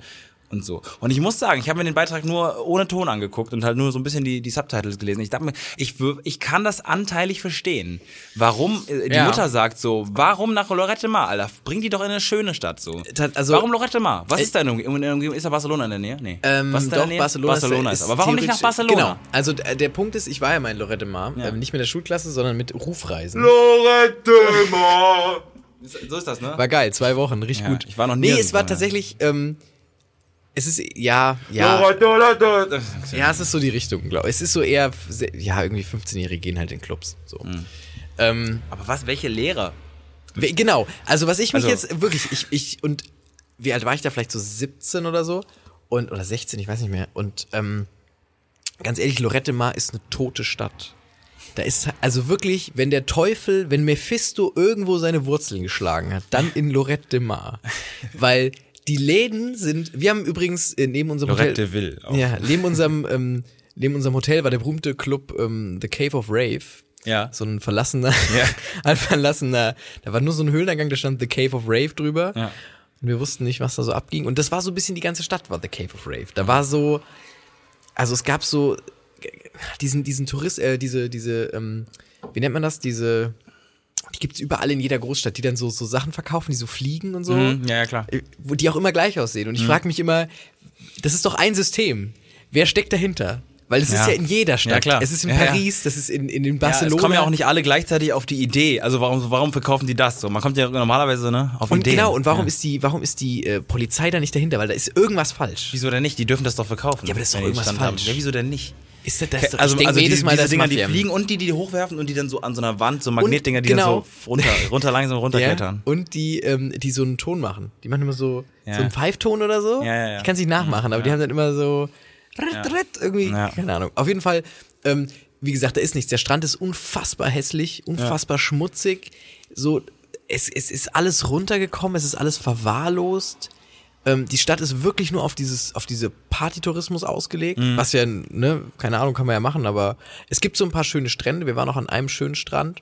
Speaker 2: Und so. Und ich muss sagen, ich habe mir den Beitrag nur ohne Ton angeguckt und halt nur so ein bisschen die, die Subtitles gelesen. Ich dachte mir, ich, wür- ich kann das anteilig verstehen. Warum, äh, die
Speaker 3: Ja.
Speaker 2: Mutter sagt so, warum nach Lorette Mar, Alter? Bring die doch in eine schöne Stadt so.
Speaker 3: Ta- also-
Speaker 2: warum Lorette Mar? Was ist da in der Umgebung? In der Umgebung- Ist da Barcelona in der Nähe? Nee.
Speaker 3: Ähm,
Speaker 2: Was ist da in
Speaker 3: doch,
Speaker 2: der Nähe?
Speaker 3: Barcelona,
Speaker 2: Barcelona ist, aber warum nicht nach
Speaker 3: theoretisch-
Speaker 2: Barcelona?
Speaker 3: Genau, also d- der Punkt ist, ich war ja mal in Lorette Mar, ähm, nicht mit der Schulklasse, sondern mit Rufreisen. genau.
Speaker 2: So ist das, ne?
Speaker 3: War geil, zwei Wochen, richtig
Speaker 2: Ja,
Speaker 3: gut.
Speaker 2: ich war noch
Speaker 3: Nee,
Speaker 2: nirgendwo,
Speaker 3: es war
Speaker 2: ja.
Speaker 3: tatsächlich, ähm, es ist, ja, ja.
Speaker 2: Ja.
Speaker 3: Ja, es ist so die Richtung, glaube ich. Es ist so eher, f- se- ja, irgendwie 15-Jährige gehen halt in Clubs. So.
Speaker 2: Mhm.
Speaker 3: Ähm,
Speaker 2: Aber was, welche Lehrer?
Speaker 3: we- genau, also was ich mich
Speaker 2: Also-
Speaker 3: jetzt wirklich, ich, ich, und wie alt war ich da? Vielleicht so 17 oder so? Und, oder 16, ich weiß nicht mehr. Und ähm, ganz ehrlich, Lorette Mar ist eine tote Stadt. Da ist also wirklich, wenn der Teufel, wenn Mephisto irgendwo seine Wurzeln geschlagen hat, dann in Lorette de Mar. Weil Die Läden sind. Wir haben übrigens äh, neben unserem Hotel.
Speaker 2: Lorette Will. auch.
Speaker 3: Ja, neben unserem, ähm, neben unserem Hotel war der berühmte Club ähm, The Cave of Rave.
Speaker 2: Ja.
Speaker 3: So ein verlassener,
Speaker 2: Ja.
Speaker 3: ein verlassener, da war nur so ein Höhleneingang, da stand The Cave of Rave drüber.
Speaker 2: Ja.
Speaker 3: Und wir wussten nicht, was da so abging. Und das war so ein bisschen die ganze Stadt, war The Cave of Rave. Da war so, also es gab so diesen, diesen Tourist, äh, diese, diese, ähm, wie nennt man das? Diese, die gibt's überall in jeder Großstadt, die dann so, so Sachen verkaufen, die so fliegen und so
Speaker 2: Mhm, ja, ja, klar.
Speaker 3: wo die auch immer gleich aussehen.
Speaker 2: Mhm.
Speaker 3: Und ich frage mich immer, das ist doch ein System. Wer steckt dahinter? Weil es ist
Speaker 2: Ja.
Speaker 3: ja in jeder Stadt.
Speaker 2: Ja, klar.
Speaker 3: Es ist in
Speaker 2: Ja, ja.
Speaker 3: Paris, das ist in, in, in
Speaker 2: Ja,
Speaker 3: Barcelona.
Speaker 2: es kommen ja auch nicht alle gleichzeitig auf die Idee. Also warum, warum verkaufen die das so? Man kommt ja normalerweise ne, auf
Speaker 3: und
Speaker 2: Ideen.
Speaker 3: genau, und warum
Speaker 2: ja.
Speaker 3: ist die, warum ist die äh, Polizei da nicht dahinter? Weil da ist irgendwas falsch.
Speaker 2: Wieso denn nicht? Die dürfen das doch verkaufen.
Speaker 3: Ja, aber das ist doch
Speaker 2: wenn die
Speaker 3: irgendwas
Speaker 2: Stand haben.
Speaker 3: falsch.
Speaker 2: Ja, wieso denn nicht?
Speaker 3: Ist das, das ist doch-
Speaker 2: also
Speaker 3: ich denk
Speaker 2: also
Speaker 3: jedes
Speaker 2: die,
Speaker 3: Mal,
Speaker 2: diese
Speaker 3: das ist
Speaker 2: Dinger, die
Speaker 3: Mafia.
Speaker 2: fliegen und die, die die hochwerfen und die dann so an so einer Wand, so Magnetdinger, die
Speaker 3: genau.
Speaker 2: dann so runter, runter langsam
Speaker 3: Ja,
Speaker 2: runterklettern.
Speaker 3: und die, ähm, die so einen Ton machen. Die machen immer so,
Speaker 2: Ja.
Speaker 3: so einen Pfeifton oder so.
Speaker 2: Ja, ja, ja.
Speaker 3: Ich kann es nicht nachmachen, aber die haben dann immer so ritt, ritt, irgendwie,
Speaker 2: Ja.
Speaker 3: keine Ahnung. Auf jeden Fall, ähm, wie gesagt, da ist nichts. Der Strand ist unfassbar hässlich, unfassbar schmutzig. So, es, es ist alles runtergekommen, es ist alles verwahrlost. Ähm, die Stadt ist wirklich nur auf dieses, auf diese Partytourismus ausgelegt,
Speaker 2: Mhm.
Speaker 3: was ja, ne, keine Ahnung, kann man ja machen, aber es gibt so ein paar schöne Strände. Wir waren auch an einem schönen Strand.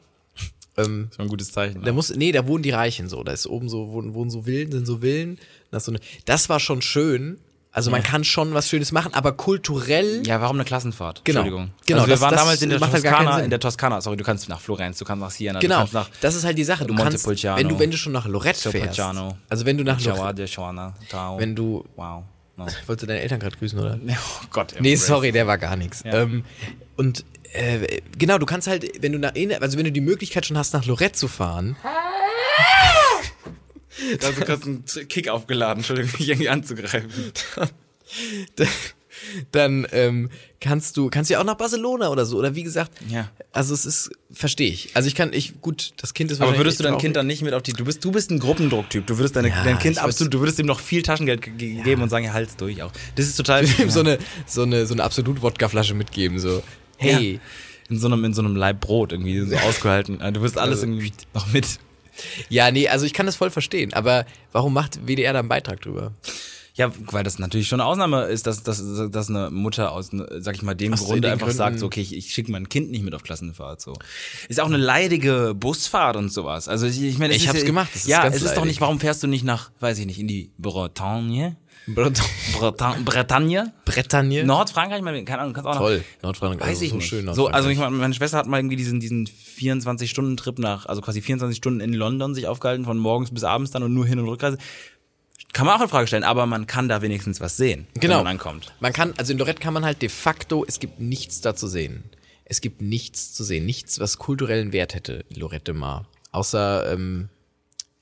Speaker 3: Ähm,
Speaker 2: Das war ein gutes Zeichen.
Speaker 3: da muss, nee, da wohnen die Reichen so. Da ist oben so, wohnen, wohnen so Villen, sind so Villen. Das, ist so eine, das war schon schön. Also man kann schon was Schönes machen, aber kulturell.
Speaker 2: Ja, warum eine Klassenfahrt?
Speaker 3: Genau.
Speaker 2: Entschuldigung.
Speaker 3: Genau,
Speaker 2: also wir
Speaker 3: das-
Speaker 2: waren
Speaker 3: das
Speaker 2: damals in der
Speaker 3: macht halt gar
Speaker 2: Toskana,
Speaker 3: keinen Sinn.
Speaker 2: in der Toskana, sorry, du kannst nach Florenz, du kannst nach Siena, du
Speaker 3: genau.
Speaker 2: kannst nach
Speaker 3: Das ist halt die Sache. Du kannst,
Speaker 2: Montepulciano.
Speaker 3: wenn du, wenn du schon nach Lorette fährst.
Speaker 2: Montepulciano.
Speaker 3: Also wenn du nach
Speaker 2: Chihuahua,
Speaker 3: Lorette,
Speaker 2: de Chihuahua, Tao.
Speaker 3: wenn du,
Speaker 2: wow. No.
Speaker 3: wolltest du deine Eltern gerade grüßen, oder?
Speaker 2: Oh Gott.
Speaker 3: Nee,
Speaker 2: Embrace.
Speaker 3: sorry, der war gar nichts.
Speaker 2: Ja.
Speaker 3: Ähm, und äh, genau, du kannst halt, wenn du nach, in- also wenn du die Möglichkeit schon hast, nach Lorette zu fahren,
Speaker 2: Da hast du kurz einen Kick aufgeladen, Entschuldigung, mich irgendwie anzugreifen.
Speaker 3: dann ähm, kannst du kannst ja auch nach Barcelona oder so oder wie gesagt
Speaker 2: Ja.
Speaker 3: also es ist verstehe ich also ich kann ich gut das Kind ist
Speaker 2: Aber
Speaker 3: wahrscheinlich
Speaker 2: würdest du dein Kind
Speaker 3: traurig.
Speaker 2: dann nicht mit auf die. Du bist, du bist ein Gruppendrucktyp. Du würdest deine,
Speaker 3: Ja,
Speaker 2: dein
Speaker 3: ich
Speaker 2: Kind
Speaker 3: würd-
Speaker 2: absolut. Du würdest ihm noch viel Taschengeld ge- ge- geben und sagen, ja, halt's durch auch. Das ist total.
Speaker 3: ihm so eine so eine so eine absolut Wodkaflasche mitgeben so hey
Speaker 2: Ja. In so einem, in so einem Leib Brot irgendwie so ausgehalten. Du wirst alles
Speaker 3: Also-
Speaker 2: irgendwie noch mit.
Speaker 3: ja nee also ich kann das voll verstehen aber warum macht WDR da einen Beitrag drüber
Speaker 2: Ja, weil das natürlich schon eine Ausnahme ist, dass, dass, dass eine Mutter aus, ne, sag ich mal, dem
Speaker 3: Aus
Speaker 2: Grunde
Speaker 3: den
Speaker 2: einfach
Speaker 3: Gründen-
Speaker 2: sagt, so, okay, ich, ich schicke mein Kind nicht mit auf Klassenfahrt. So. Ist auch eine leidige Busfahrt und sowas. Also ich, ich meine, es
Speaker 3: Ich
Speaker 2: ist
Speaker 3: hab's
Speaker 2: ja-
Speaker 3: gemacht, es ist
Speaker 2: ja,
Speaker 3: ganz
Speaker 2: es ist doch
Speaker 3: leidig.
Speaker 2: nicht, warum fährst du nicht nach, weiß ich nicht, in die Bretagne?
Speaker 3: Bret-
Speaker 2: Bretagne? Bretagne?
Speaker 3: Bretagne
Speaker 2: Nordfrankreich? Meine, Keine Ahnung, kannst auch noch.
Speaker 3: toll Nordfrankreich
Speaker 2: Weiß
Speaker 3: also
Speaker 2: ich
Speaker 3: so
Speaker 2: nicht.
Speaker 3: schön
Speaker 2: so, also
Speaker 3: Nordfrankreich.
Speaker 2: ich meine, meine Schwester hat mal irgendwie diesen, diesen 24-Stunden-Trip nach, also quasi 24 Stunden in London sich aufgehalten, von morgens bis abends dann und nur Hin- und Rückreise. Kann man auch in Frage stellen, aber man kann da wenigstens was sehen,
Speaker 3: Genau.
Speaker 2: wenn man ankommt.
Speaker 3: Man kann, also in Lorette kann man halt de facto, es gibt nichts da zu sehen. Es gibt nichts zu sehen, nichts, was kulturellen Wert hätte, Lorette Mar. Außer, ähm,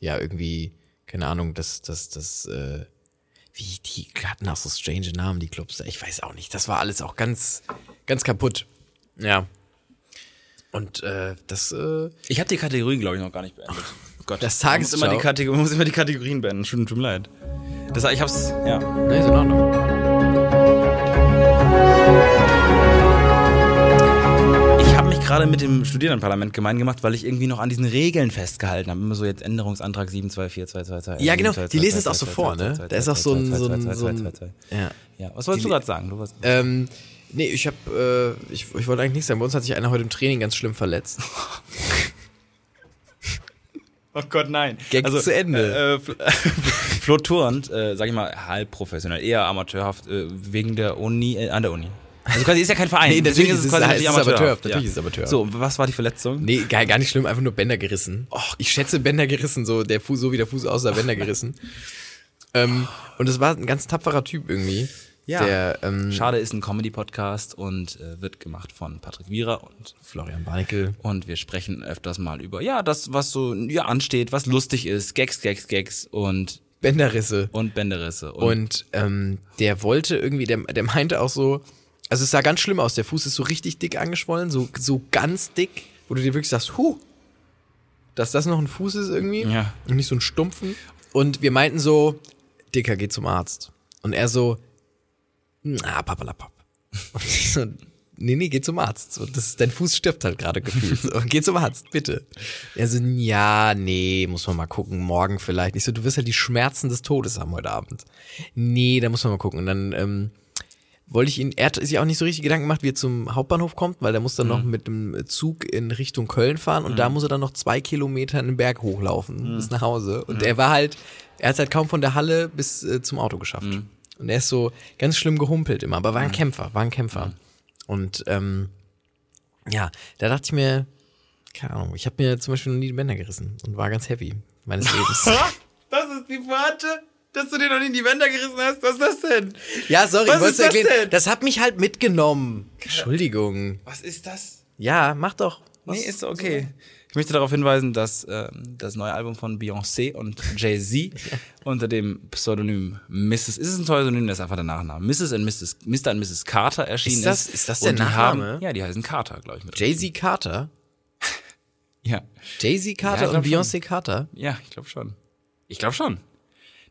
Speaker 3: ja, irgendwie, keine Ahnung, das, das, das, äh, wie, die hatten auch so strange Namen, die Clubs da. Ich weiß auch nicht. Das war alles auch ganz, ganz kaputt. Ja. Und, äh, das, äh,
Speaker 2: Ich habe die Kategorien, glaube ich, noch gar nicht beendet. Oh Gott.
Speaker 3: Das
Speaker 2: Man muss
Speaker 3: Tagesschau.
Speaker 2: immer die Kategor- Man muss immer die Kategorien beenden. Tut tut mir leid. Das, ich hab's, ja.
Speaker 3: ne, ist in Ordnung.
Speaker 2: Ich habe mich gerade mit dem Studierendenparlament gemein gemacht, weil ich irgendwie noch an diesen Regeln festgehalten habe. Immer so jetzt Änderungsantrag 724222.
Speaker 3: Ja, genau, die lesen es auch so vor, ne? Da ist auch so ein, so ein, so ein, ja.
Speaker 2: Ja, was wolltest du
Speaker 3: Die-
Speaker 2: gerade sagen? Du warst
Speaker 3: Ähm, nee, ich habe, äh, ich, ich wollte eigentlich nichts sagen. Bei uns hat sich einer heute im Training ganz schlimm verletzt.
Speaker 2: Oh Gott, nein.
Speaker 3: Gag zu Ende.
Speaker 2: Äh, äh, fl- flotturend, äh, sag ich mal, halb professionell, eher amateurhaft, äh, wegen der Uni, äh, an der Uni. Also quasi ist ja kein Verein.
Speaker 3: Nee, natürlich ist es- es
Speaker 2: natürlich
Speaker 3: ist amateurhaft.
Speaker 2: ja.
Speaker 3: Natürlich ist es amateurhaft.
Speaker 2: So, was war die Verletzung?
Speaker 3: Nee, gar, gar nicht schlimm, einfach nur Bänder gerissen. ich schätze Bänder gerissen, so der Fuß, so wie der Fuß aussah, Bänder gerissen. ähm, und es war ein ganz tapferer Typ irgendwie.
Speaker 2: Ja.
Speaker 3: Der, ähm,
Speaker 2: Hm. Schade ist ein Comedy-Podcast und äh, wird gemacht von Patrick Wierer und
Speaker 3: Florian Barnickel.
Speaker 2: und wir sprechen öfters mal über ja das was so ja ansteht was lustig ist Gags Gags Gags und
Speaker 3: Bänderrisse.
Speaker 2: und Bänderrisse
Speaker 3: Und ähm, der wollte irgendwie, der, der meinte auch so, also es sah ganz schlimm aus, der Fuß ist so richtig dick angeschwollen, so, so ganz dick, wo du dir wirklich sagst, huh, dass das noch ein Fuß ist irgendwie
Speaker 2: Ja.
Speaker 3: und nicht so ein Stumpfen. Und wir meinten so, Dicker, geh zum Arzt. Und er so, na, papalapap. Und ich so, nee, nee, geh zum Arzt. So, das, dein Fuß stirbt halt gerade gefühlt. So, geh zum Arzt, bitte. Er so, ja, nee, muss man mal gucken, morgen vielleicht. Ich so, du wirst halt die Schmerzen des Todes haben heute Abend. Nee, da muss man mal gucken. Und dann, ähm, wollte ich ihn, er hat sich auch nicht so richtig Gedanken gemacht, wie er zum Hauptbahnhof kommt, weil er muss dann noch
Speaker 2: Mhm.
Speaker 3: mit dem Zug in Richtung Köln fahren und da muss er dann noch zwei Kilometer einen Berg hochlaufen
Speaker 2: Mhm.
Speaker 3: bis nach Hause. Und er war halt, er hat halt kaum von der Halle bis äh, zum Auto geschafft.
Speaker 2: Mhm.
Speaker 3: Und er ist so ganz schlimm gehumpelt immer, aber war ein Kämpfer, war ein
Speaker 2: Mhm.
Speaker 3: Kämpfer. Und ähm, ja, da dachte ich mir, keine Ahnung, ich habe mir zum Beispiel noch nie die Bänder gerissen und war ganz happy meines Lebens.
Speaker 2: Das ist die Pforte, dass du dir noch nie in die Wände gerissen hast. Was ist das denn?
Speaker 3: ja, sorry,
Speaker 2: Was
Speaker 3: ich wollte
Speaker 2: ist das
Speaker 3: erklären.
Speaker 2: denn?
Speaker 3: Das hat mich halt mitgenommen. Entschuldigung.
Speaker 2: Was ist das?
Speaker 3: Ja, mach doch.
Speaker 2: Nee, ist okay. Ich möchte darauf hinweisen, dass ähm, das neue Album von Beyoncé und Jay-Z unter dem Pseudonym Mrs. Ist es ein Pseudonym? Das ist einfach der Nachname. Mrs. and Mrs. Mr. and Mrs. Carter erschienen ist.
Speaker 3: Ist das- ist das der
Speaker 2: Und die
Speaker 3: Nachname?
Speaker 2: Haben, ja, die heißen Carter, glaube ich. Mit
Speaker 3: Jay-Z Carter.
Speaker 2: Ja,
Speaker 3: Jay-Z
Speaker 2: Ja,
Speaker 3: Carter
Speaker 2: ich
Speaker 3: und
Speaker 2: glaub schon.
Speaker 3: Beyoncé Carter.
Speaker 2: ja ich glaube schon. Ich glaube schon.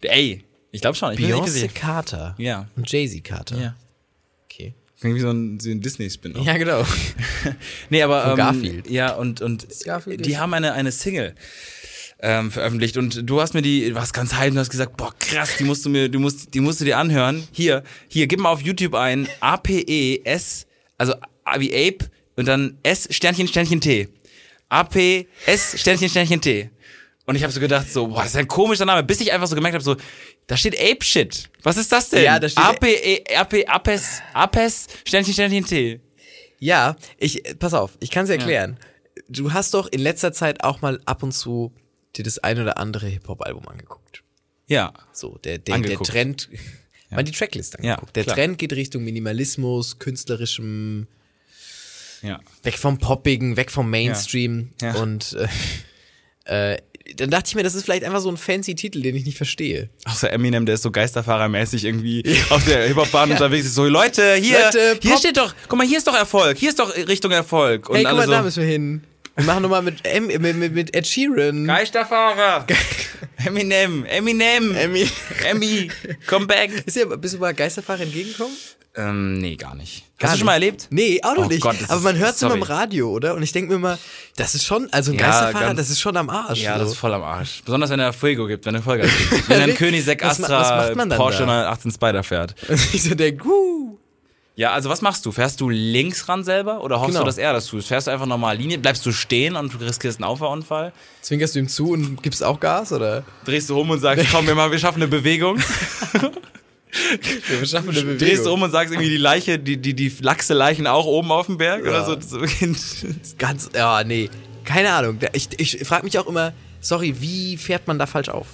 Speaker 2: Ey, ich glaube schon. Ich bin mir nicht
Speaker 3: Beyoncé
Speaker 2: sicher.
Speaker 3: Carter.
Speaker 2: Ja.
Speaker 3: Und Jay-Z Carter.
Speaker 2: Ja.
Speaker 3: Okay.
Speaker 2: Klingt wie so ein, so ein Disney-Spin-Off.
Speaker 3: Ja, genau.
Speaker 2: Nee, aber
Speaker 3: Von
Speaker 2: ähm,
Speaker 3: Garfield.
Speaker 2: Ja, und, und
Speaker 3: Garfield
Speaker 2: die
Speaker 3: ist-
Speaker 2: haben eine, eine Single ähm, veröffentlicht und du hast mir die, du warst ganz hype und hast gesagt, boah krass, die musst du mir, du musst, die musst du dir anhören. Hier, hier, gib mal auf YouTube ein APES, also A wie Ape und dann S Sternchen Sternchen T. AP S Sternchen Sternchen T. Und ich habe so gedacht, so, boah, das ist ein komischer Name, bis ich einfach so gemerkt habe, so, da steht Ape Shit. Was ist das denn? E,
Speaker 3: Ja, da steht-
Speaker 2: APE, AP, APES, APES, E Sternchen, Sternchen, T.
Speaker 3: ja, ich, äh, pass auf, ich kann es erklären. Du hast doch in letzter Zeit auch mal ab und zu dir das ein oder andere Hip-Hop-Album angeguckt.
Speaker 2: Ja.
Speaker 3: So, der, der, der
Speaker 2: Angeguckt.
Speaker 3: Trend. Mal die Tracklist angeguckt. der
Speaker 2: klar.
Speaker 3: Trend geht Richtung Minimalismus, künstlerischem,
Speaker 2: Ja.
Speaker 3: weg vom Poppigen, weg vom Mainstream.
Speaker 2: Ja. Ja.
Speaker 3: Und äh, äh, dann dachte ich mir, das ist vielleicht einfach so ein fancy Titel, den ich nicht verstehe.
Speaker 2: Außer Eminem, der ist so geisterfahrermäßig irgendwie auf der Hip-Hop-Bahn unterwegs. Ist so, Leute, hier,
Speaker 3: Leute,
Speaker 2: hier
Speaker 3: Pop-
Speaker 2: steht doch, guck mal, hier ist doch Erfolg, hier ist doch Richtung Erfolg. Und
Speaker 3: Hey, guck
Speaker 2: alle
Speaker 3: mal, da
Speaker 2: so,
Speaker 3: müssen wir hin. Wir machen nochmal mit, M- mit, mit, mit Ed Sheeran.
Speaker 2: Geisterfahrer, Eminem, Eminem,
Speaker 3: Emmy.
Speaker 2: Emmy, come back.
Speaker 3: Ist dir, bist du mal Geisterfahrer entgegengekommen?
Speaker 2: Ähm, nee, gar nicht.
Speaker 3: Gar
Speaker 2: Hast du
Speaker 3: nicht.
Speaker 2: schon mal erlebt?
Speaker 3: Nee, auch noch
Speaker 2: Oh
Speaker 3: nicht.
Speaker 2: Gott, das
Speaker 3: Aber
Speaker 2: ist-
Speaker 3: man hört es immer im
Speaker 2: sorry.
Speaker 3: Radio, oder? Und ich denke mir immer, das ist schon, also ein
Speaker 2: Ja,
Speaker 3: Geisterfahrer,
Speaker 2: ganz-
Speaker 3: das ist schon am Arsch.
Speaker 2: Ja, das
Speaker 3: so.
Speaker 2: ist voll am Arsch. Besonders wenn er Fuego gibt, wenn er Vollgas gibt. Wenn ein König Zack
Speaker 3: Was ma- was
Speaker 2: Astra
Speaker 3: macht man dann
Speaker 2: Porsche
Speaker 3: da?
Speaker 2: 918 Spider fährt.
Speaker 3: ich so denke, uh.
Speaker 2: Ja, also was machst du? Fährst du links ran selber oder hoffst
Speaker 3: Genau.
Speaker 2: du, dass er das tut? Fährst du einfach normal Linie, bleibst du stehen und riskierst einen Auffahrunfall?
Speaker 3: Zwinkerst du ihm zu und gibst auch Gas, oder?
Speaker 2: drehst du um und sagst, komm, wir, machen, wir schaffen eine Bewegung.
Speaker 3: Wir schaffen
Speaker 2: Drehst du um und sagst irgendwie die Leiche, die, die, die Lachse Leichen auch oben auf dem Berg
Speaker 3: Ja.
Speaker 2: oder so. so.
Speaker 3: Ganz, ja, nee. Keine Ahnung. Da- Ich, ich frage mich auch immer, sorry, wie fährt man da falsch auf?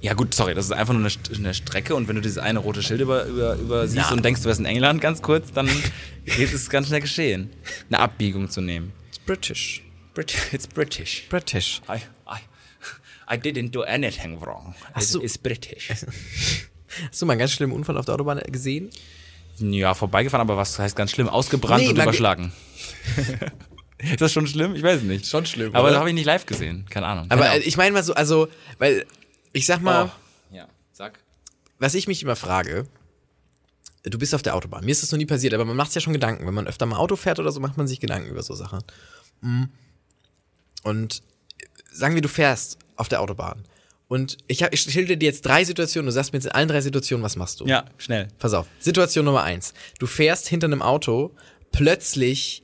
Speaker 2: ja gut, sorry, das ist einfach nur eine, St- eine Strecke und wenn du dieses eine rote Schild über, über, übersiehst
Speaker 3: Na.
Speaker 2: und denkst, du wärst in England ganz kurz, dann geht es ganz schnell geschehen, eine Abbiegung zu nehmen.
Speaker 3: It's British.
Speaker 2: Brit It's British.
Speaker 3: British.
Speaker 2: I, I, I didn't do anything wrong. It
Speaker 3: so.
Speaker 2: is British.
Speaker 3: Hast du mal einen ganz schlimmen Unfall auf der Autobahn gesehen?
Speaker 2: Ja, vorbeigefahren, aber was heißt ganz schlimm? Ausgebrannt
Speaker 3: Nee,
Speaker 2: und
Speaker 3: man-
Speaker 2: überschlagen. ist das schon schlimm? Ich weiß es nicht.
Speaker 3: Schon schlimm,
Speaker 2: Aber
Speaker 3: oder?
Speaker 2: das habe ich nicht live gesehen. Keine Ahnung.
Speaker 3: Aber
Speaker 2: Keine
Speaker 3: äh, ich meine mal so, also, weil ich sag mal,
Speaker 2: Ahnung. Oh. Ja, sag.
Speaker 3: was ich mich immer frage, du bist auf der Autobahn. Mir ist das noch nie passiert, aber man macht sich ja schon Gedanken. Wenn man öfter mal Auto fährt oder so, macht man sich Gedanken über so Sachen. Mm. Und äh, sagen wir, du fährst auf der Autobahn. Und ich, hab, ich schilder dir jetzt drei Situationen. Du sagst mir jetzt in allen drei Situationen, was machst du?
Speaker 2: Ja, schnell.
Speaker 3: Pass auf. Situation Nummer eins. Du fährst hinter einem Auto, plötzlich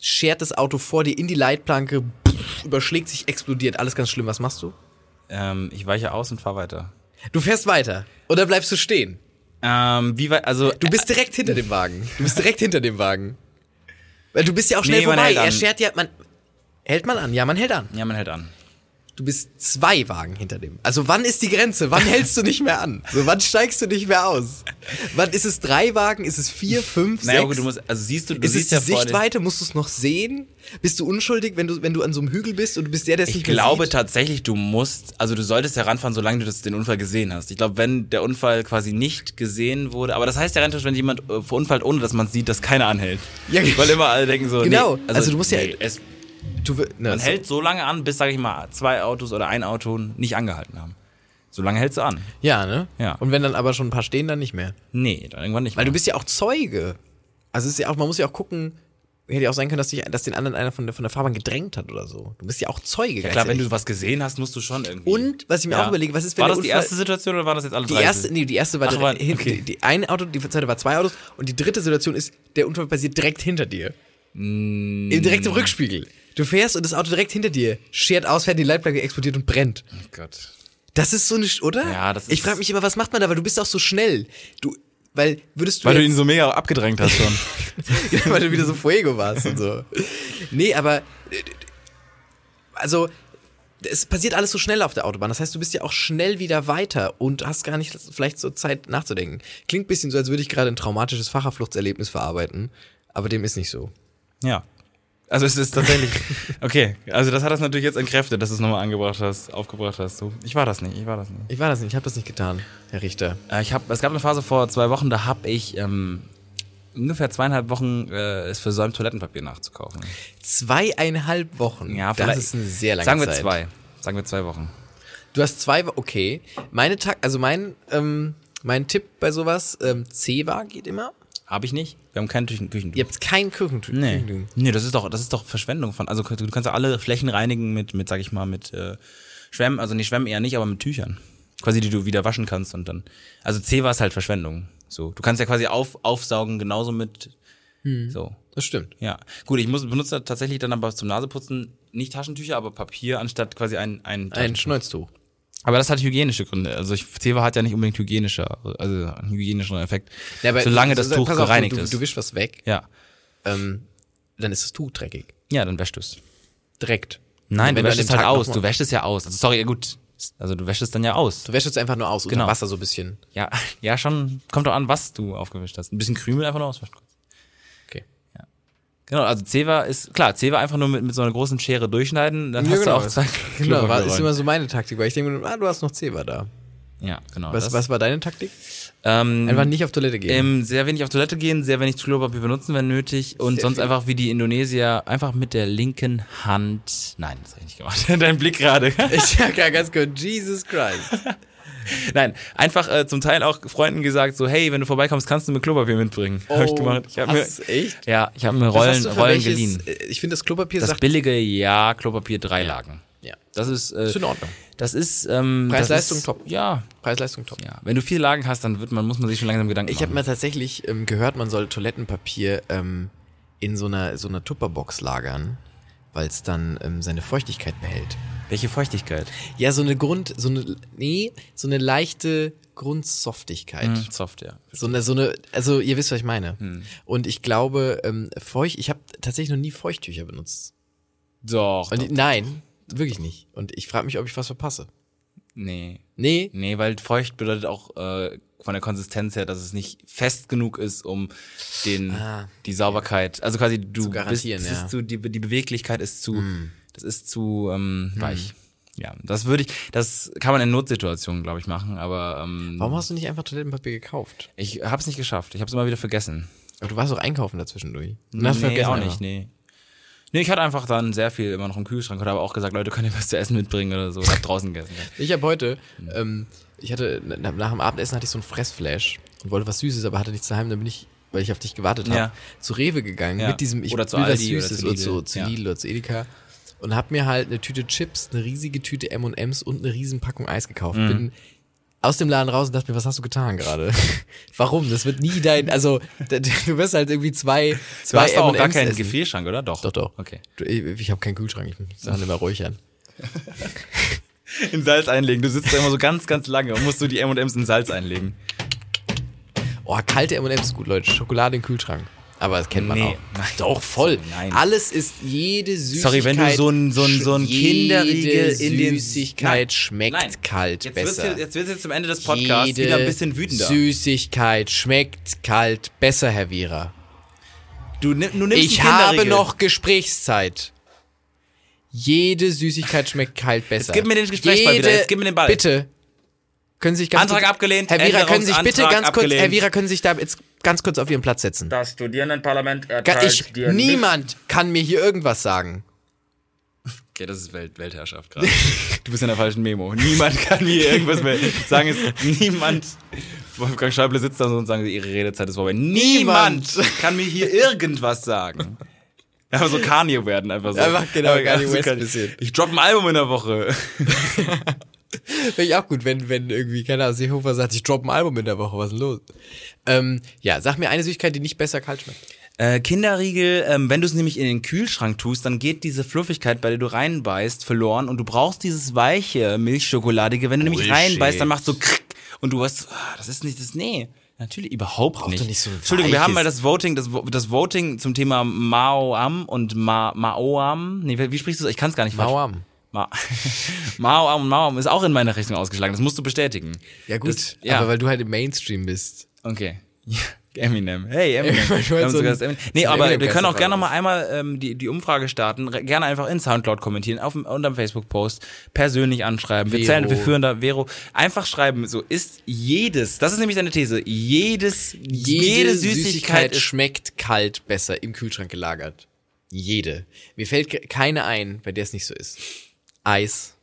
Speaker 3: schert das Auto vor dir in die Leitplanke, pff, überschlägt sich, explodiert, alles ganz schlimm. Was machst du?
Speaker 2: Ähm, ich weiche aus und fahr weiter.
Speaker 3: Du fährst weiter. Oder bleibst du stehen?
Speaker 2: Ähm, wie weit, also.
Speaker 3: Du bist direkt hinter dem Wagen. Du bist direkt hinter dem Wagen. Weil du bist ja auch schnell
Speaker 2: Nee, man
Speaker 3: vorbei.
Speaker 2: hält an.
Speaker 3: Er schert ja, man. Hält man an? Ja, man hält an.
Speaker 2: ja, man hält an.
Speaker 3: Du bist zwei Wagen hinter dem. Also wann ist die Grenze? Wann hältst du nicht mehr an? So, wann steigst du nicht mehr aus? Wann ist es drei Wagen? Ist es vier, fünf,
Speaker 2: Naja,
Speaker 3: sechs?
Speaker 2: gut, du musst, also siehst du, du
Speaker 3: ist es
Speaker 2: siehst
Speaker 3: die
Speaker 2: ja vor dir-
Speaker 3: Sichtweite? Musst du es noch sehen? Bist du unschuldig, wenn du, wenn du an so einem Hügel bist und du bist der, der es
Speaker 2: Ich
Speaker 3: nicht
Speaker 2: glaube
Speaker 3: mehr sieht?
Speaker 2: tatsächlich, du musst, also du solltest heranfahren, solange du das, den Unfall gesehen hast. Ich glaube, wenn der Unfall quasi nicht gesehen wurde, aber das heißt ja rentisch, wenn jemand äh, verunfallt, ohne dass man sieht, dass keiner anhält.
Speaker 3: Ja,
Speaker 2: Weil immer alle denken so,
Speaker 3: Genau.
Speaker 2: nee,
Speaker 3: Also du musst ja- also
Speaker 2: es,
Speaker 3: Du, wi- na,
Speaker 2: man
Speaker 3: so-
Speaker 2: hält so lange an, bis, sag ich mal, zwei Autos oder ein Auto nicht angehalten haben. So lange hältst du an.
Speaker 3: Ja, ne?
Speaker 2: Ja.
Speaker 3: Und wenn dann aber schon ein paar stehen, dann nicht mehr.
Speaker 2: Nee, dann irgendwann nicht
Speaker 3: Weil
Speaker 2: mehr.
Speaker 3: du bist ja auch Zeuge. Also es ist ja auch, man muss ja auch gucken, hätte ja auch sein können, dass, dich, dass den anderen einer von der, von der Fahrbahn gedrängt hat oder so. Du bist ja auch Zeuge.
Speaker 2: Ja, klar, wenn du was gesehen hast, musst du schon irgendwie.
Speaker 3: Und, was ich mir
Speaker 2: Ja.
Speaker 3: auch überlege, was ist, wenn
Speaker 2: War
Speaker 3: der
Speaker 2: das die
Speaker 3: Unfall-
Speaker 2: erste Situation oder war das jetzt alle
Speaker 3: Die
Speaker 2: drei?
Speaker 3: erste, nee, die erste war,
Speaker 2: Ach,
Speaker 3: direkt
Speaker 2: war-
Speaker 3: hin,
Speaker 2: okay.
Speaker 3: die, die eine Auto, die zweite war zwei Autos und die dritte Situation ist, der Unfall passiert direkt hinter dir.
Speaker 2: Mm.
Speaker 3: Im, direkt im Rückspiegel. Du fährst und das Auto direkt hinter dir schert aus, fährt in die Leitplanke, explodiert und brennt.
Speaker 2: Oh Gott.
Speaker 3: Das ist so eine, Sch- oder?
Speaker 2: Ja, das ist-
Speaker 3: Ich frage mich immer, was macht man da, weil du bist auch so schnell. Du, weil würdest du,
Speaker 2: Weil du ihn
Speaker 3: jetzt,
Speaker 2: so mega abgedrängt hast schon.
Speaker 3: weil du wieder so Fuego warst und so. Nee, aber, äh, also, es passiert alles so schnell auf der Autobahn. Das heißt, du bist ja auch schnell wieder weiter und hast gar nicht vielleicht so Zeit nachzudenken. Klingt ein bisschen so, als würde ich gerade ein traumatisches Fahrerfluchtserlebnis verarbeiten. Aber dem ist nicht so.
Speaker 2: ja. Also es ist tatsächlich. Okay, also das hat das natürlich jetzt entkräftet, dass du es nochmal angebracht hast, aufgebracht hast. So, ich war das nicht, ich war das nicht.
Speaker 3: Ich war das nicht, ich habe das nicht getan, Herr Richter.
Speaker 2: Äh, Ich hab, es gab eine Phase vor zwei Wochen, da habe ich ähm, ungefähr zweieinhalb Wochen äh, es versäumt, Toilettenpapier nachzukaufen.
Speaker 3: Zweieinhalb Wochen. das
Speaker 2: vielleicht-
Speaker 3: ist eine sehr lange
Speaker 2: Sagen wir
Speaker 3: Zeit.
Speaker 2: zwei. Sagen wir zwei Wochen.
Speaker 3: Du hast zwei, Wa- okay. Meine Tag, also mein, ähm, mein Tipp bei sowas, ähm, C war geht immer.
Speaker 2: Habe ich nicht. Wir haben kein Küchen Küchentuch.
Speaker 3: Ihr habt kein Küchentuch.
Speaker 2: Nee.
Speaker 3: Küchentuch.
Speaker 2: nee, das ist doch, das ist doch Verschwendung von. Also du kannst ja alle Flächen reinigen mit, mit sag ich mal, mit äh, Schwämmen, also nicht Schwämmen eher nicht, aber mit Tüchern. Quasi, die du wieder waschen kannst und dann. Also C war es halt Verschwendung. So. Du kannst ja quasi auf, aufsaugen, genauso mit.
Speaker 3: Hm.
Speaker 2: So.
Speaker 3: Das stimmt.
Speaker 2: Ja. Gut, ich muss, benutze tatsächlich dann aber zum Naseputzen nicht Taschentücher, aber Papier anstatt quasi ein, ein,
Speaker 3: Ein
Speaker 2: Taschentuch.
Speaker 3: Schnäuztuch.
Speaker 2: Aber das hat hygienische Gründe. Also ich, Zewa hat ja nicht unbedingt hygienischer, also einen hygienischen Effekt.
Speaker 3: Ja, aber-
Speaker 2: solange das
Speaker 3: so-
Speaker 2: Tuch
Speaker 3: pass auf,
Speaker 2: gereinigt
Speaker 3: du,
Speaker 2: ist.
Speaker 3: Du, du wischst was weg,
Speaker 2: ja.
Speaker 3: ähm, dann ist das Tuch dreckig.
Speaker 2: Ja, dann wäschst du es.
Speaker 3: Direkt.
Speaker 2: Nein,
Speaker 3: Und Also wenn
Speaker 2: du wäschst
Speaker 3: an
Speaker 2: es
Speaker 3: dem
Speaker 2: halt
Speaker 3: Tag
Speaker 2: aus.
Speaker 3: noch
Speaker 2: Du
Speaker 3: mal-
Speaker 2: wäschst es ja aus. Also sorry, ja gut. Also du wäschst es dann ja aus.
Speaker 3: Du wäschst es einfach nur aus, unter
Speaker 2: Genau.
Speaker 3: Wasser so ein bisschen.
Speaker 2: Ja, ja schon. Kommt doch an, was du aufgewischt hast. Ein bisschen Krümel einfach nur auswaschen.
Speaker 3: Okay.
Speaker 2: Genau, also Zewa ist, klar, Zewa einfach nur mit, mit so einer großen Schere durchschneiden, dann
Speaker 3: Ja,
Speaker 2: hast
Speaker 3: genau.
Speaker 2: du auch zwei
Speaker 3: Genau, war, ist
Speaker 2: Klopapierrollen.
Speaker 3: immer so meine Taktik, weil ich denke, mir, ah, du hast noch C war da.
Speaker 2: Ja, genau.
Speaker 3: Was,
Speaker 2: das.
Speaker 3: was war deine Taktik?
Speaker 2: ähm,
Speaker 3: Einfach nicht auf Toilette gehen.
Speaker 2: Ähm, sehr wenig auf Toilette gehen, sehr wenig Klopapier benutzen, wenn nötig. Und
Speaker 3: Sehr
Speaker 2: sonst
Speaker 3: viel.
Speaker 2: einfach wie die Indonesier, einfach mit der linken Hand. Nein, das habe ich nicht gemacht. Dein Blick gerade.
Speaker 3: Ich ja gar ganz gut. Jesus Christ.
Speaker 2: Nein, einfach äh, zum Teil auch Freunden gesagt, so, hey, wenn du vorbeikommst, kannst du mir Klopapier mitbringen. Hab
Speaker 3: Oh,
Speaker 2: ich gemacht. Ich hab mir,
Speaker 3: hast, echt?
Speaker 2: ja, ich habe mir
Speaker 3: Was
Speaker 2: Rollen,
Speaker 3: hast du für
Speaker 2: Rollen
Speaker 3: welches-
Speaker 2: geliehen.
Speaker 3: äh, Ich finde das Klopapier
Speaker 2: Das
Speaker 3: sagt,
Speaker 2: billige, ja, Klopapier, drei Lagen.
Speaker 3: ja.
Speaker 2: Das ist, äh,
Speaker 3: Ist in Ordnung.
Speaker 2: das ist, ähm,
Speaker 3: Preis-Leistung
Speaker 2: das ist-
Speaker 3: top.
Speaker 2: Ja,
Speaker 3: Preis-Leistung top.
Speaker 2: ja. Wenn du vier Lagen hast, dann wird man, muss man sich schon langsam Gedanken
Speaker 3: Ich habe
Speaker 2: machen.
Speaker 3: mal tatsächlich ähm, gehört, man soll Toilettenpapier ähm, in so einer so einer Tupperbox lagern, weil es dann ähm, seine Feuchtigkeit behält.
Speaker 2: Welche Feuchtigkeit?
Speaker 3: Ja, so eine Grund, so eine nee, so eine leichte Grundsoftigkeit.
Speaker 2: Hm, soft, ja.
Speaker 3: So eine, so eine, also ihr wisst, was ich meine. Und ich glaube, ähm, feucht, ich habe tatsächlich noch nie Feuchttücher benutzt.
Speaker 2: Doch.
Speaker 3: Und
Speaker 2: doch.
Speaker 3: die, nein, wirklich nicht. Und ich frage mich, ob ich was verpasse.
Speaker 2: nee.
Speaker 3: Nee,
Speaker 2: Nee, weil feucht bedeutet auch äh, von der Konsistenz her, dass es nicht fest genug ist, um den
Speaker 3: Ah.
Speaker 2: die Sauberkeit, also quasi du
Speaker 3: Zu garantieren,
Speaker 2: bist, es
Speaker 3: ja. Hm.
Speaker 2: ist zu, die, die Beweglichkeit ist zu, das ist zu ähm, weich. Ja, das würde ich, das kann man in Notsituationen, glaube ich, machen, aber ähm,
Speaker 3: warum hast du nicht einfach Toilettenpapier gekauft?
Speaker 2: ich habe es nicht geschafft. Ich habe es immer wieder vergessen.
Speaker 3: Aber du warst doch einkaufen dazwischendurch.
Speaker 2: nee, auch nicht, nee. Nee, ich hatte einfach dann sehr viel immer noch im Kühlschrank und habe auch gesagt, Leute, könnt ihr was zu essen mitbringen oder so, hab draußen gegessen.
Speaker 3: Ich habe heute, ähm, ich hatte, na- nach dem Abendessen hatte ich so einen Fressflash und wollte was Süßes, aber hatte nichts daheim, dann bin ich, weil ich auf dich gewartet habe,
Speaker 2: Ja.
Speaker 3: zu Rewe gegangen
Speaker 2: Ja.
Speaker 3: mit diesem ich
Speaker 2: Oder zu
Speaker 3: will was
Speaker 2: Aldi oder
Speaker 3: Süßes
Speaker 2: zu
Speaker 3: oder
Speaker 2: Lidl.
Speaker 3: zu, zu
Speaker 2: Ja.
Speaker 3: Lidl oder zu Edeka und habe mir halt eine Tüte Chips, eine riesige Tüte M&M's und eine riesen Packung Eis gekauft.
Speaker 2: Mhm.
Speaker 3: Bin aus dem Laden raus und dachte mir, was hast du getan gerade? Warum? Das wird nie dein, also d- d- du wirst halt irgendwie zwei,
Speaker 2: Du
Speaker 3: zwei
Speaker 2: hast doch auch gar
Speaker 3: M&M's
Speaker 2: keinen
Speaker 3: essen.
Speaker 2: Gefrierschrank, oder? Doch.
Speaker 3: Doch, doch.
Speaker 2: Okay.
Speaker 3: Du, Ich, ich habe keinen Kühlschrank, ich muss Sachen immer räuchern.
Speaker 2: In Salz einlegen. Du sitzt da immer so ganz, ganz lange und musst du die M&M's in Salz einlegen.
Speaker 3: Oh, kalte M&M's ist gut, Leute. Schokolade im Kühlschrank. Aber das kennt man
Speaker 2: Nee.
Speaker 3: auch.
Speaker 2: Nein.
Speaker 3: Doch, voll.
Speaker 2: Nein.
Speaker 3: Alles ist jede Süßigkeit.
Speaker 2: Sorry, wenn du so ein- so ein- so ein Kinderriegel
Speaker 3: jede
Speaker 2: in den-
Speaker 3: Süßigkeit
Speaker 2: Nein.
Speaker 3: schmeckt kalt
Speaker 2: jetzt
Speaker 3: besser.
Speaker 2: Wird's, jetzt wird es jetzt zum Ende des Podcasts
Speaker 3: Jede
Speaker 2: wieder ein bisschen wütender.
Speaker 3: Süßigkeit schmeckt kalt besser, Herr Wierer.
Speaker 2: Du, nimm- du nimmst
Speaker 3: Ich
Speaker 2: einen
Speaker 3: habe
Speaker 2: Kinderriegel.
Speaker 3: noch Gesprächszeit. Jede Süßigkeit schmeckt kalt besser.
Speaker 2: gib mir den Gesprächsball
Speaker 3: Jede-
Speaker 2: wieder, jetzt gib mir den Ball.
Speaker 3: Bitte. Können Sie sich ganz
Speaker 2: Antrag
Speaker 3: kurz,
Speaker 2: abgelehnt,
Speaker 3: Herr Wierer, können Sie sich bitte
Speaker 2: Änderungsantrag
Speaker 3: ganz kurz, Herr
Speaker 2: abgelehnt.
Speaker 3: Wierer, können Sie sich da jetzt ganz kurz auf Ihren Platz setzen?
Speaker 4: Das Studierendenparlament
Speaker 3: Ga-
Speaker 4: erteilt
Speaker 3: Ich,
Speaker 4: dir
Speaker 3: niemand kann mir hier irgendwas sagen.
Speaker 2: Okay, das ist Welt, Weltherrschaft gerade. du bist in der falschen Memo. Niemand kann mir irgendwas mehr sagen. Es, niemand Wolfgang Schäuble sitzt da so und sagt, ihre Redezeit ist vorbei. Niemand, kann mir hier irgendwas sagen. Einfach so Kanye werden, einfach so.
Speaker 3: Einfach genau,
Speaker 2: Aber
Speaker 3: Kanye
Speaker 2: so
Speaker 3: West
Speaker 2: kann-
Speaker 3: bisschen.
Speaker 2: Ich droppe ein Album in der Woche.
Speaker 3: Finde ich auch gut, wenn, wenn irgendwie, keine Ahnung, Seehofer sagt, ich droppe ein Album in der Woche, was ist denn los? Ähm, ja, sag mir eine Süßigkeit, die nicht besser kalt schmeckt.
Speaker 2: Äh, Kinderriegel, ähm, wenn du es nämlich in den Kühlschrank tust, dann geht diese Fluffigkeit, bei der du reinbeißt, verloren und du brauchst dieses weiche Milchschokoladige. Wenn du nämlich
Speaker 3: Bullshit.
Speaker 2: reinbeißt, dann machst du krick und du hast, ah, das ist nicht das, nee. Natürlich überhaupt nicht.
Speaker 3: doch nicht so ein
Speaker 2: Entschuldigung, wir haben mal
Speaker 3: weiches-
Speaker 2: das Voting, das, Vo- das Voting zum Thema Maoam und Ma, Maoam. Nee, wie wie sprichst du das? Ich kann es gar nicht falsch-
Speaker 3: Mauam.
Speaker 2: Ma Maoam und Maoam ist auch in meine Richtung ausgeschlagen. Das musst du bestätigen.
Speaker 3: Ja, gut,
Speaker 2: Das, ja.
Speaker 3: aber weil du halt im Mainstream bist.
Speaker 2: Okay. Eminem. Hey, Eminem.
Speaker 3: Ich wollte
Speaker 2: Wir haben
Speaker 3: so
Speaker 2: sogar
Speaker 3: ein-
Speaker 2: das Eminem. Nee,
Speaker 3: so ein
Speaker 2: aber wir
Speaker 3: Eminem-Gast
Speaker 2: können auch
Speaker 3: dabei
Speaker 2: gerne nochmal einmal ähm, die, die Umfrage starten. Re gerne einfach in Soundcloud kommentieren, auf, dem- unterm Facebook-Post, persönlich anschreiben. Wir
Speaker 3: Vero.
Speaker 2: zählen, wir führen da Vero. Einfach schreiben, so ist jedes, das ist nämlich deine These, jedes, jede, Süßigkeit, ist.
Speaker 3: schmeckt kalt besser im Kühlschrank gelagert. Jede. Mir fällt ke- keine ein, bei der es nicht so ist. Eis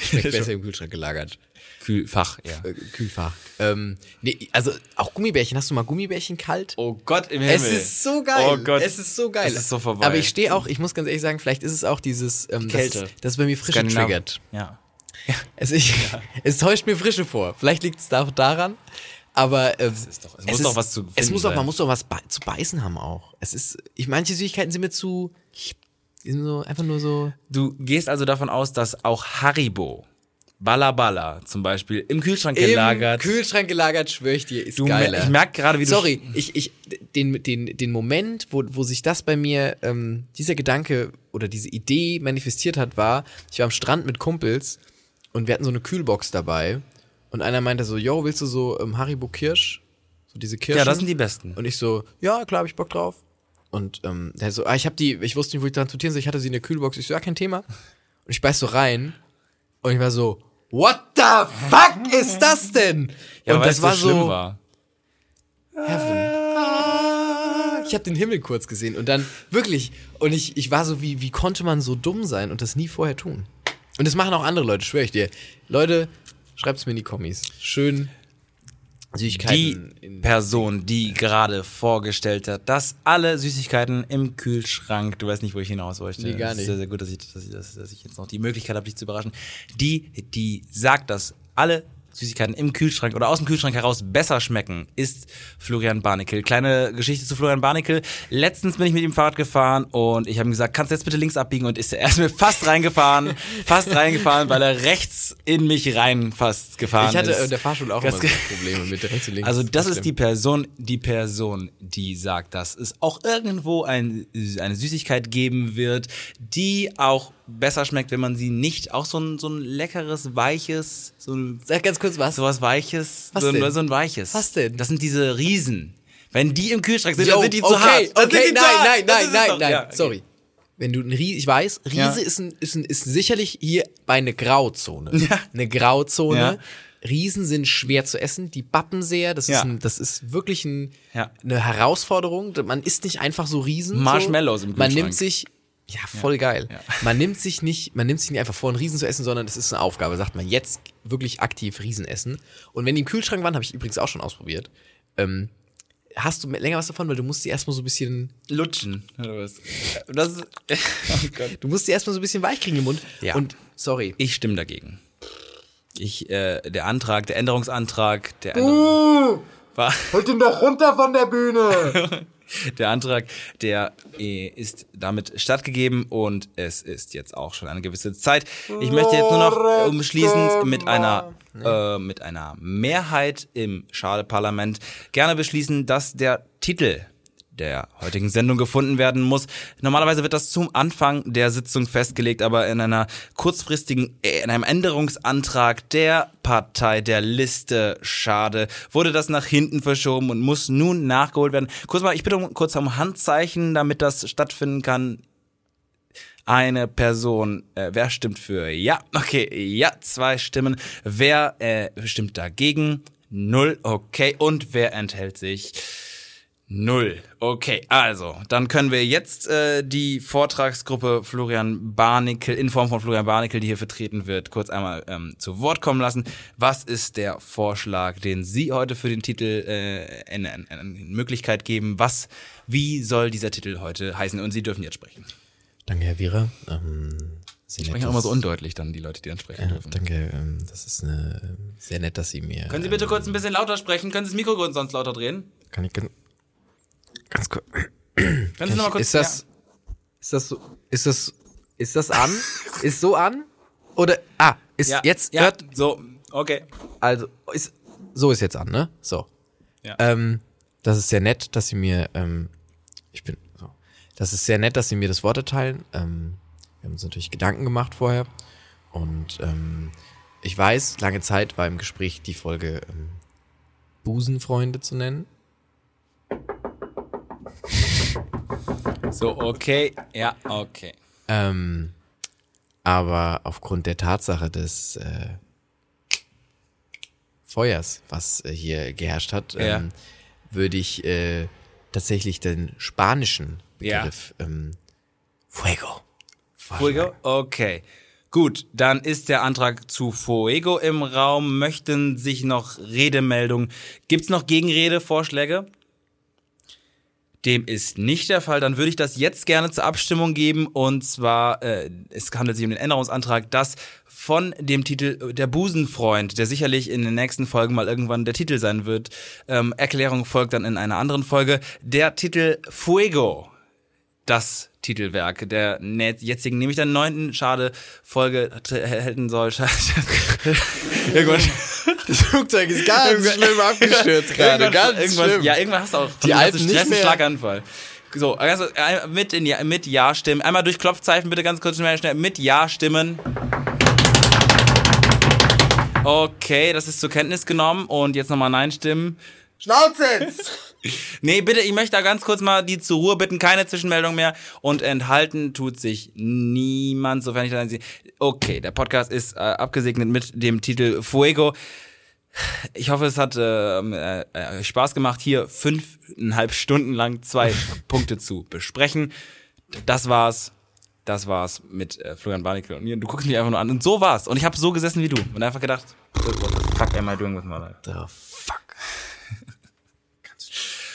Speaker 3: schmeckt besser im Kühlschrank gelagert.
Speaker 2: Kühlfach, ja.
Speaker 3: Äh, Kühlfach. Ähm, nee, also auch Gummibärchen. Hast du mal Gummibärchen kalt?
Speaker 2: Oh Gott im Himmel.
Speaker 3: Es ist so geil.
Speaker 2: Oh Gott.
Speaker 3: Es ist so geil.
Speaker 2: Es ist so vorbei.
Speaker 3: Aber ich stehe auch, ich muss ganz ehrlich sagen, vielleicht ist es auch dieses, ähm, dass,
Speaker 2: Kälte.
Speaker 3: dass es bei mir Frische
Speaker 2: Skandinav-
Speaker 3: triggert.
Speaker 2: Ja.
Speaker 3: Es, ich, es täuscht mir Frische vor. Vielleicht liegt es da, daran. Aber ähm,
Speaker 2: doch- es muss doch was zu
Speaker 3: es
Speaker 2: finden
Speaker 3: muss doch,
Speaker 2: sein.
Speaker 3: Man muss doch was bei, zu beißen haben auch. Es ist, ich, manche Süßigkeiten sind mir zu, die sind so, einfach nur so.
Speaker 2: Du gehst also davon aus, dass auch Haribo, Balla Balla zum Beispiel, im Kühlschrank gelagert.
Speaker 3: Im Kühlschrank gelagert, schwöre ich dir, ist
Speaker 2: du,
Speaker 3: geiler.
Speaker 2: mer- ich merke gerade, wie du
Speaker 3: Sorry, ich, ich, den, den, den Moment, wo, wo sich das bei mir, ähm, dieser Gedanke oder diese Idee manifestiert hat, war, ich war am Strand mit Kumpels und wir hatten so eine Kühlbox dabei und einer meinte so, yo, willst du so ähm, Haribo Kirsch? So diese Kirschen?
Speaker 2: Ja, das sind die besten.
Speaker 3: Und ich so, ja, klar, hab ich Bock drauf. Und ähm, der so, ah, ich hab die, ich wusste nicht, wo ich transportieren soll, ich hatte sie in der Kühlbox. Ich so, ja, kein Thema. Und ich beiß so rein und ich war so, what the fuck ist das denn?
Speaker 2: Ja,
Speaker 3: und
Speaker 2: weil es so schlimm war.
Speaker 3: Heaven. Ich habe den Himmel kurz gesehen und dann wirklich und ich, ich war so wie wie konnte man so dumm sein und das nie vorher tun? Und das machen auch andere Leute, schwöre ich dir. Leute, schreibt's mir in die Kommis. Schön
Speaker 2: die
Speaker 3: Süßigkeiten in
Speaker 2: Person, die gerade vorgestellt hat, dass alle Süßigkeiten im Kühlschrank, du weißt nicht, wo ich hinaus wollte.
Speaker 3: Nee, gar
Speaker 2: Es
Speaker 3: nicht.
Speaker 2: Ist sehr, sehr gut, dass ich, dass, ich, dass, dass ich jetzt noch die Möglichkeit habe, dich zu überraschen. Die, die sagt, dass alle Süßigkeiten im Kühlschrank oder aus dem Kühlschrank heraus besser schmecken, ist Florian Barnikel. Kleine Geschichte zu Florian Barnikel. Letztens bin ich mit ihm Fahrrad gefahren und ich habe ihm gesagt, kannst du jetzt bitte links abbiegen und ist er erst mir fast reingefahren, fast reingefahren, weil er rechts in mich rein fast gefahren
Speaker 3: Ich hatte
Speaker 2: ist.
Speaker 3: in der Fahrschule auch immer
Speaker 2: Ganz
Speaker 3: so Probleme mit rechts und links.
Speaker 2: Also das ist die
Speaker 3: schlimm.
Speaker 2: Person, die Person, die sagt, dass es auch irgendwo ein, eine Süßigkeit geben wird, die auch besser schmeckt, wenn man sie nicht auch so ein, so ein leckeres, weiches, so ein,
Speaker 3: Sag ganz kurz was.
Speaker 2: sowas weiches,
Speaker 3: Was
Speaker 2: so, ein,
Speaker 3: denn?
Speaker 2: so ein weiches.
Speaker 3: Was denn?
Speaker 2: Das sind diese Riesen. Wenn die im Kühlschrank sind,
Speaker 3: Yo,
Speaker 2: dann sind die
Speaker 3: okay,
Speaker 2: zu hart. Dann sind
Speaker 3: Okay,
Speaker 2: die
Speaker 3: nein,
Speaker 2: zu hart.
Speaker 3: nein,
Speaker 2: Das
Speaker 3: nein,
Speaker 2: ist es
Speaker 3: nein,
Speaker 2: doch.
Speaker 3: nein,
Speaker 2: Ja, okay.
Speaker 3: sorry. Wenn du ein Riese, ich weiß, Riese
Speaker 2: Ja.
Speaker 3: ist, ein, ist, ein, ist sicherlich hier bei eine Grauzone. Eine Grauzone.
Speaker 2: Ja.
Speaker 3: Riesen sind schwer zu essen, die bappen sehr, das,
Speaker 2: Ja.
Speaker 3: ist, ein, das ist wirklich ein,
Speaker 2: Ja.
Speaker 3: eine Herausforderung. Man isst nicht einfach so Riesen.
Speaker 2: Marshmallows
Speaker 3: so.
Speaker 2: im
Speaker 3: Man
Speaker 2: Kühlschrank.
Speaker 3: nimmt sich, ja, voll geil.
Speaker 2: Ja.
Speaker 3: Man nimmt sich nicht, man nimmt sich nicht einfach vor, einen Riesen zu essen, sondern es ist eine Aufgabe, sagt man, jetzt wirklich aktiv Riesen essen. Und wenn die im Kühlschrank waren, habe ich übrigens auch schon ausprobiert, ähm, hast du länger was davon, weil du musst die erstmal so ein bisschen,
Speaker 2: Lutschen. oder was? Das ist, oh Gott.
Speaker 3: du musst die erstmal so ein bisschen weich kriegen im Mund.
Speaker 2: Ja.
Speaker 3: Und sorry.
Speaker 2: Ich stimme dagegen. Ich, äh, der Antrag, der Änderungsantrag, der Änderung,
Speaker 3: Uh.
Speaker 2: war,
Speaker 4: Holt Halt ihn doch runter von der Bühne!
Speaker 2: der Antrag, der äh, ist damit stattgegeben und es ist jetzt auch schon eine gewisse Zeit. Ich möchte jetzt nur noch umschließend mit einer äh, mit einer Mehrheit im Schade-Parlament gerne beschließen, dass der Titel der heutigen Sendung gefunden werden muss. Normalerweise wird das zum Anfang der Sitzung festgelegt, aber in einer kurzfristigen, äh, in einem Änderungsantrag der Partei der Liste Schade wurde das nach hinten verschoben und muss nun nachgeholt werden. Kurz mal, ich bitte um, kurz um Handzeichen, damit das stattfinden kann. Eine Person, äh, wer stimmt für ja? Okay, ja, zwei Stimmen. Wer äh, stimmt dagegen? Null, okay. Und wer enthält sich? Null. Okay, also, dann können wir jetzt äh, die Vortragsgruppe Florian Barnickel, in Form von Florian Barnickel, die hier vertreten wird, kurz einmal ähm, zu Wort kommen lassen. Was ist der Vorschlag, den Sie heute für den Titel äh, eine, eine, eine Möglichkeit geben? Was, wie soll dieser Titel heute heißen? Und Sie dürfen jetzt sprechen.
Speaker 3: Danke, Herr Wierer. Ähm, Sie
Speaker 2: Sprechen auch immer so undeutlich dann die Leute, die dann sprechen
Speaker 3: Ja,
Speaker 2: dürfen.
Speaker 3: danke, ähm, das ist eine, sehr nett, dass Sie mir.
Speaker 2: Können Sie
Speaker 3: ähm,
Speaker 2: bitte kurz ein bisschen lauter sprechen? Können Sie das Mikro sonst lauter drehen?
Speaker 3: äh, Kann ich ganz, ganz kurz.
Speaker 2: Können Sie noch mal kurz
Speaker 3: ist das. Ist das so. Ist das. Ist das an? ist so an? Oder. Ah, ist
Speaker 2: ja, ja,
Speaker 3: jetzt.
Speaker 2: ja,
Speaker 3: Hört,
Speaker 2: so, okay.
Speaker 3: also. Ist, so ist jetzt an, ne? So.
Speaker 2: Ja.
Speaker 3: Ähm, das ist sehr nett, dass Sie mir. Ähm, ich bin. So. Das ist sehr nett, dass Sie mir das Wort erteilen. Ähm, wir haben uns natürlich Gedanken gemacht vorher. Und ähm, ich weiß, lange Zeit war im Gespräch die Folge ähm, Busenfreunde zu nennen.
Speaker 2: So, okay, ja, okay.
Speaker 3: Ähm, aber aufgrund der Tatsache des äh, Feuers, was äh, hier geherrscht hat,
Speaker 2: Ja.
Speaker 3: ähm, würde ich äh, tatsächlich den spanischen
Speaker 2: Ja.
Speaker 3: Begriff ähm, Fuego.
Speaker 2: Fuego? Okay. Gut, dann ist der Antrag zu Fuego im Raum. Möchten sich noch Redemeldungen? Gibt's noch Gegenredevorschläge? Dem ist nicht der Fall. Dann würde ich das jetzt gerne zur Abstimmung geben. Und zwar, äh, es handelt sich um den Änderungsantrag, dass von dem Titel äh, Der Busenfreund, der sicherlich in den nächsten Folgen mal irgendwann der Titel sein wird, ähm, Erklärung folgt dann in einer anderen Folge, der Titel Fuego das Titelwerk der net- jetzigen, nämlich der neunten schade Folge t- halten soll. Schade. irgendwann,
Speaker 3: Das Flugzeug ist ganz schlimm abgestürzt gerade. Ganz
Speaker 2: irgendwann,
Speaker 3: schlimm.
Speaker 2: Ja, irgendwann hast du auch
Speaker 3: Die
Speaker 2: hast du
Speaker 3: Alpen nicht
Speaker 2: Stress, einen
Speaker 3: mehr.
Speaker 2: Schlaganfall. So, also ein- mit, in, Ja- mit Ja-Stimmen. Einmal durch Klopfzeichen bitte ganz kurz schnell, schnell. Mit Ja-Stimmen. Okay, das ist zur Kenntnis genommen. Und jetzt nochmal Nein-Stimmen.
Speaker 4: Schnauze jetzt!
Speaker 2: Nee, bitte, ich möchte da ganz kurz mal die zur Ruhe bitten, keine Zwischenmeldung mehr. Und enthalten tut sich niemand, sofern ich das sehe. Okay, der Podcast ist äh, abgesegnet mit dem Titel Fuego. Ich hoffe, es hat ähm, äh, äh, Spaß gemacht, hier fünfeinhalb Stunden lang zwei Punkte zu besprechen. Das war's. Das war's mit äh, Florian Barnickel und mir. Du guckst mich einfach nur an. Und so war's. Und ich habe so gesessen wie du. Und einfach gedacht, what the fuck am I doing with my life?
Speaker 3: The fuck.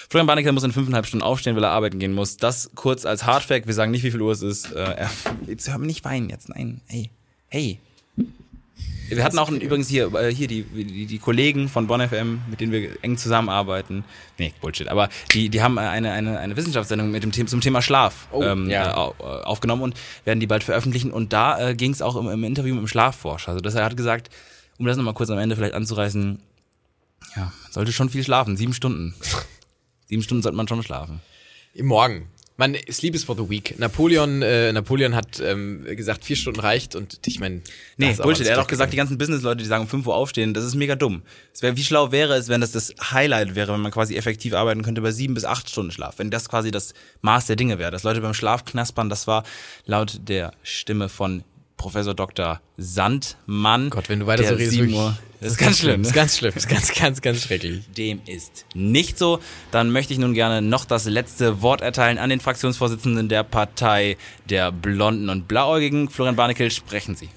Speaker 2: Florian Barnickel muss in fünfeinhalb Stunden aufstehen, weil er arbeiten gehen muss. Das kurz als Hardfact. Wir sagen nicht, wie viel Uhr es ist. Äh, er- jetzt hör mir nicht weinen jetzt. Nein. Hey. Hey. Wir hatten auch übrigens hier, äh, hier die, die, die Kollegen von Bonn FM, mit denen wir eng zusammenarbeiten. Nee, Bullshit. Aber die, die haben äh, eine, eine, eine Wissenschaftssendung mit dem, The- zum Thema Schlaf ähm,
Speaker 3: ja.
Speaker 2: äh, au- äh, aufgenommen und werden die bald veröffentlichen. Und da äh, ging es auch im, im Interview mit dem Schlafforscher. Also das, er hat gesagt, um das nochmal kurz am Ende vielleicht anzureißen, ja, man sollte schon viel schlafen, sieben Stunden. Sieben Stunden sollte man schon schlafen.
Speaker 3: Morgen. Man, Sleep is for the weak. Napoleon, äh, Napoleon hat ähm, gesagt, vier Stunden reicht und ich meine.
Speaker 2: Nee, Bullshit. Er hat auch gesagt, die ganzen Business-Leute, die sagen, um 5 Uhr aufstehen, das ist mega dumm. Es wär, wie schlau wäre es, wenn das das Highlight wäre, wenn man quasi effektiv arbeiten könnte bei sieben bis acht Stunden Schlaf. Wenn das quasi das Maß der Dinge wäre, dass Leute beim Schlaf knaspern, das war laut der Stimme von Professor Dr. Sandmann.
Speaker 3: Gott, wenn du weiter
Speaker 2: der
Speaker 3: so redest,
Speaker 2: sieben
Speaker 3: wirklich-
Speaker 2: Uhr. Das ist ganz schlimm. ne?
Speaker 3: Das ist ganz schlimm. Das ist ganz, ganz, ganz schrecklich.
Speaker 2: Dem ist nicht so. Dann möchte ich nun gerne noch das letzte Wort erteilen an den Fraktionsvorsitzenden der Partei der Blonden und Blauäugigen. Florian Barnickel, sprechen Sie.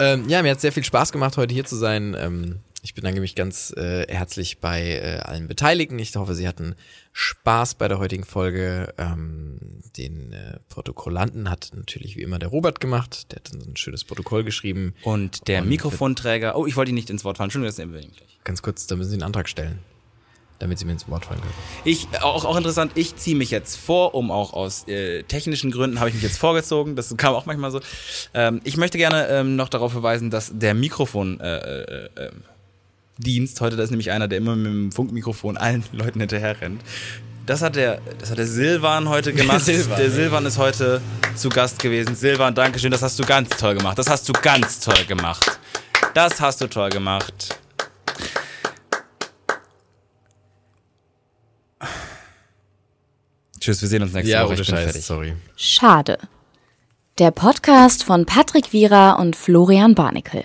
Speaker 3: Ähm, ja, mir hat sehr viel Spaß gemacht, heute hier zu sein. Ähm, ich bedanke mich ganz äh, herzlich bei äh, allen Beteiligten. Ich hoffe, Sie hatten Spaß bei der heutigen Folge. Ähm, den äh, Protokollanten hat natürlich wie immer der Robert gemacht. Der hat uns ein schönes Protokoll geschrieben.
Speaker 2: Und der
Speaker 3: Und-
Speaker 2: Mikrofonträger. Oh, ich wollte ihn nicht ins Wort fallen. Entschuldigung, das nehmen wir ihn gleich.
Speaker 3: Ganz kurz, da müssen Sie einen Antrag stellen, damit Sie mir ins Wort fallen können.
Speaker 2: Ich, auch, auch interessant, ich ziehe mich jetzt vor, um auch aus äh, technischen Gründen habe ich mich jetzt vorgezogen. Das kam auch manchmal so. Ähm, ich möchte gerne ähm, noch darauf verweisen, dass der Mikrofon. Äh, äh, äh, Dienst heute, da ist nämlich einer, der immer mit dem Funkmikrofon allen Leuten hinterher rennt. Das hat der, das hat der Silvan heute gemacht.
Speaker 3: Silvan.
Speaker 2: Der Silvan ist heute zu Gast gewesen. Silvan, Dankeschön, das hast du ganz toll gemacht. Das hast du ganz toll gemacht. Das hast du toll gemacht. Tschüss, wir sehen uns nächste Woche. Ich bin fertig.
Speaker 3: sorry.
Speaker 1: Schade. Der Podcast von Patrick Wierer und Florian Barnickel.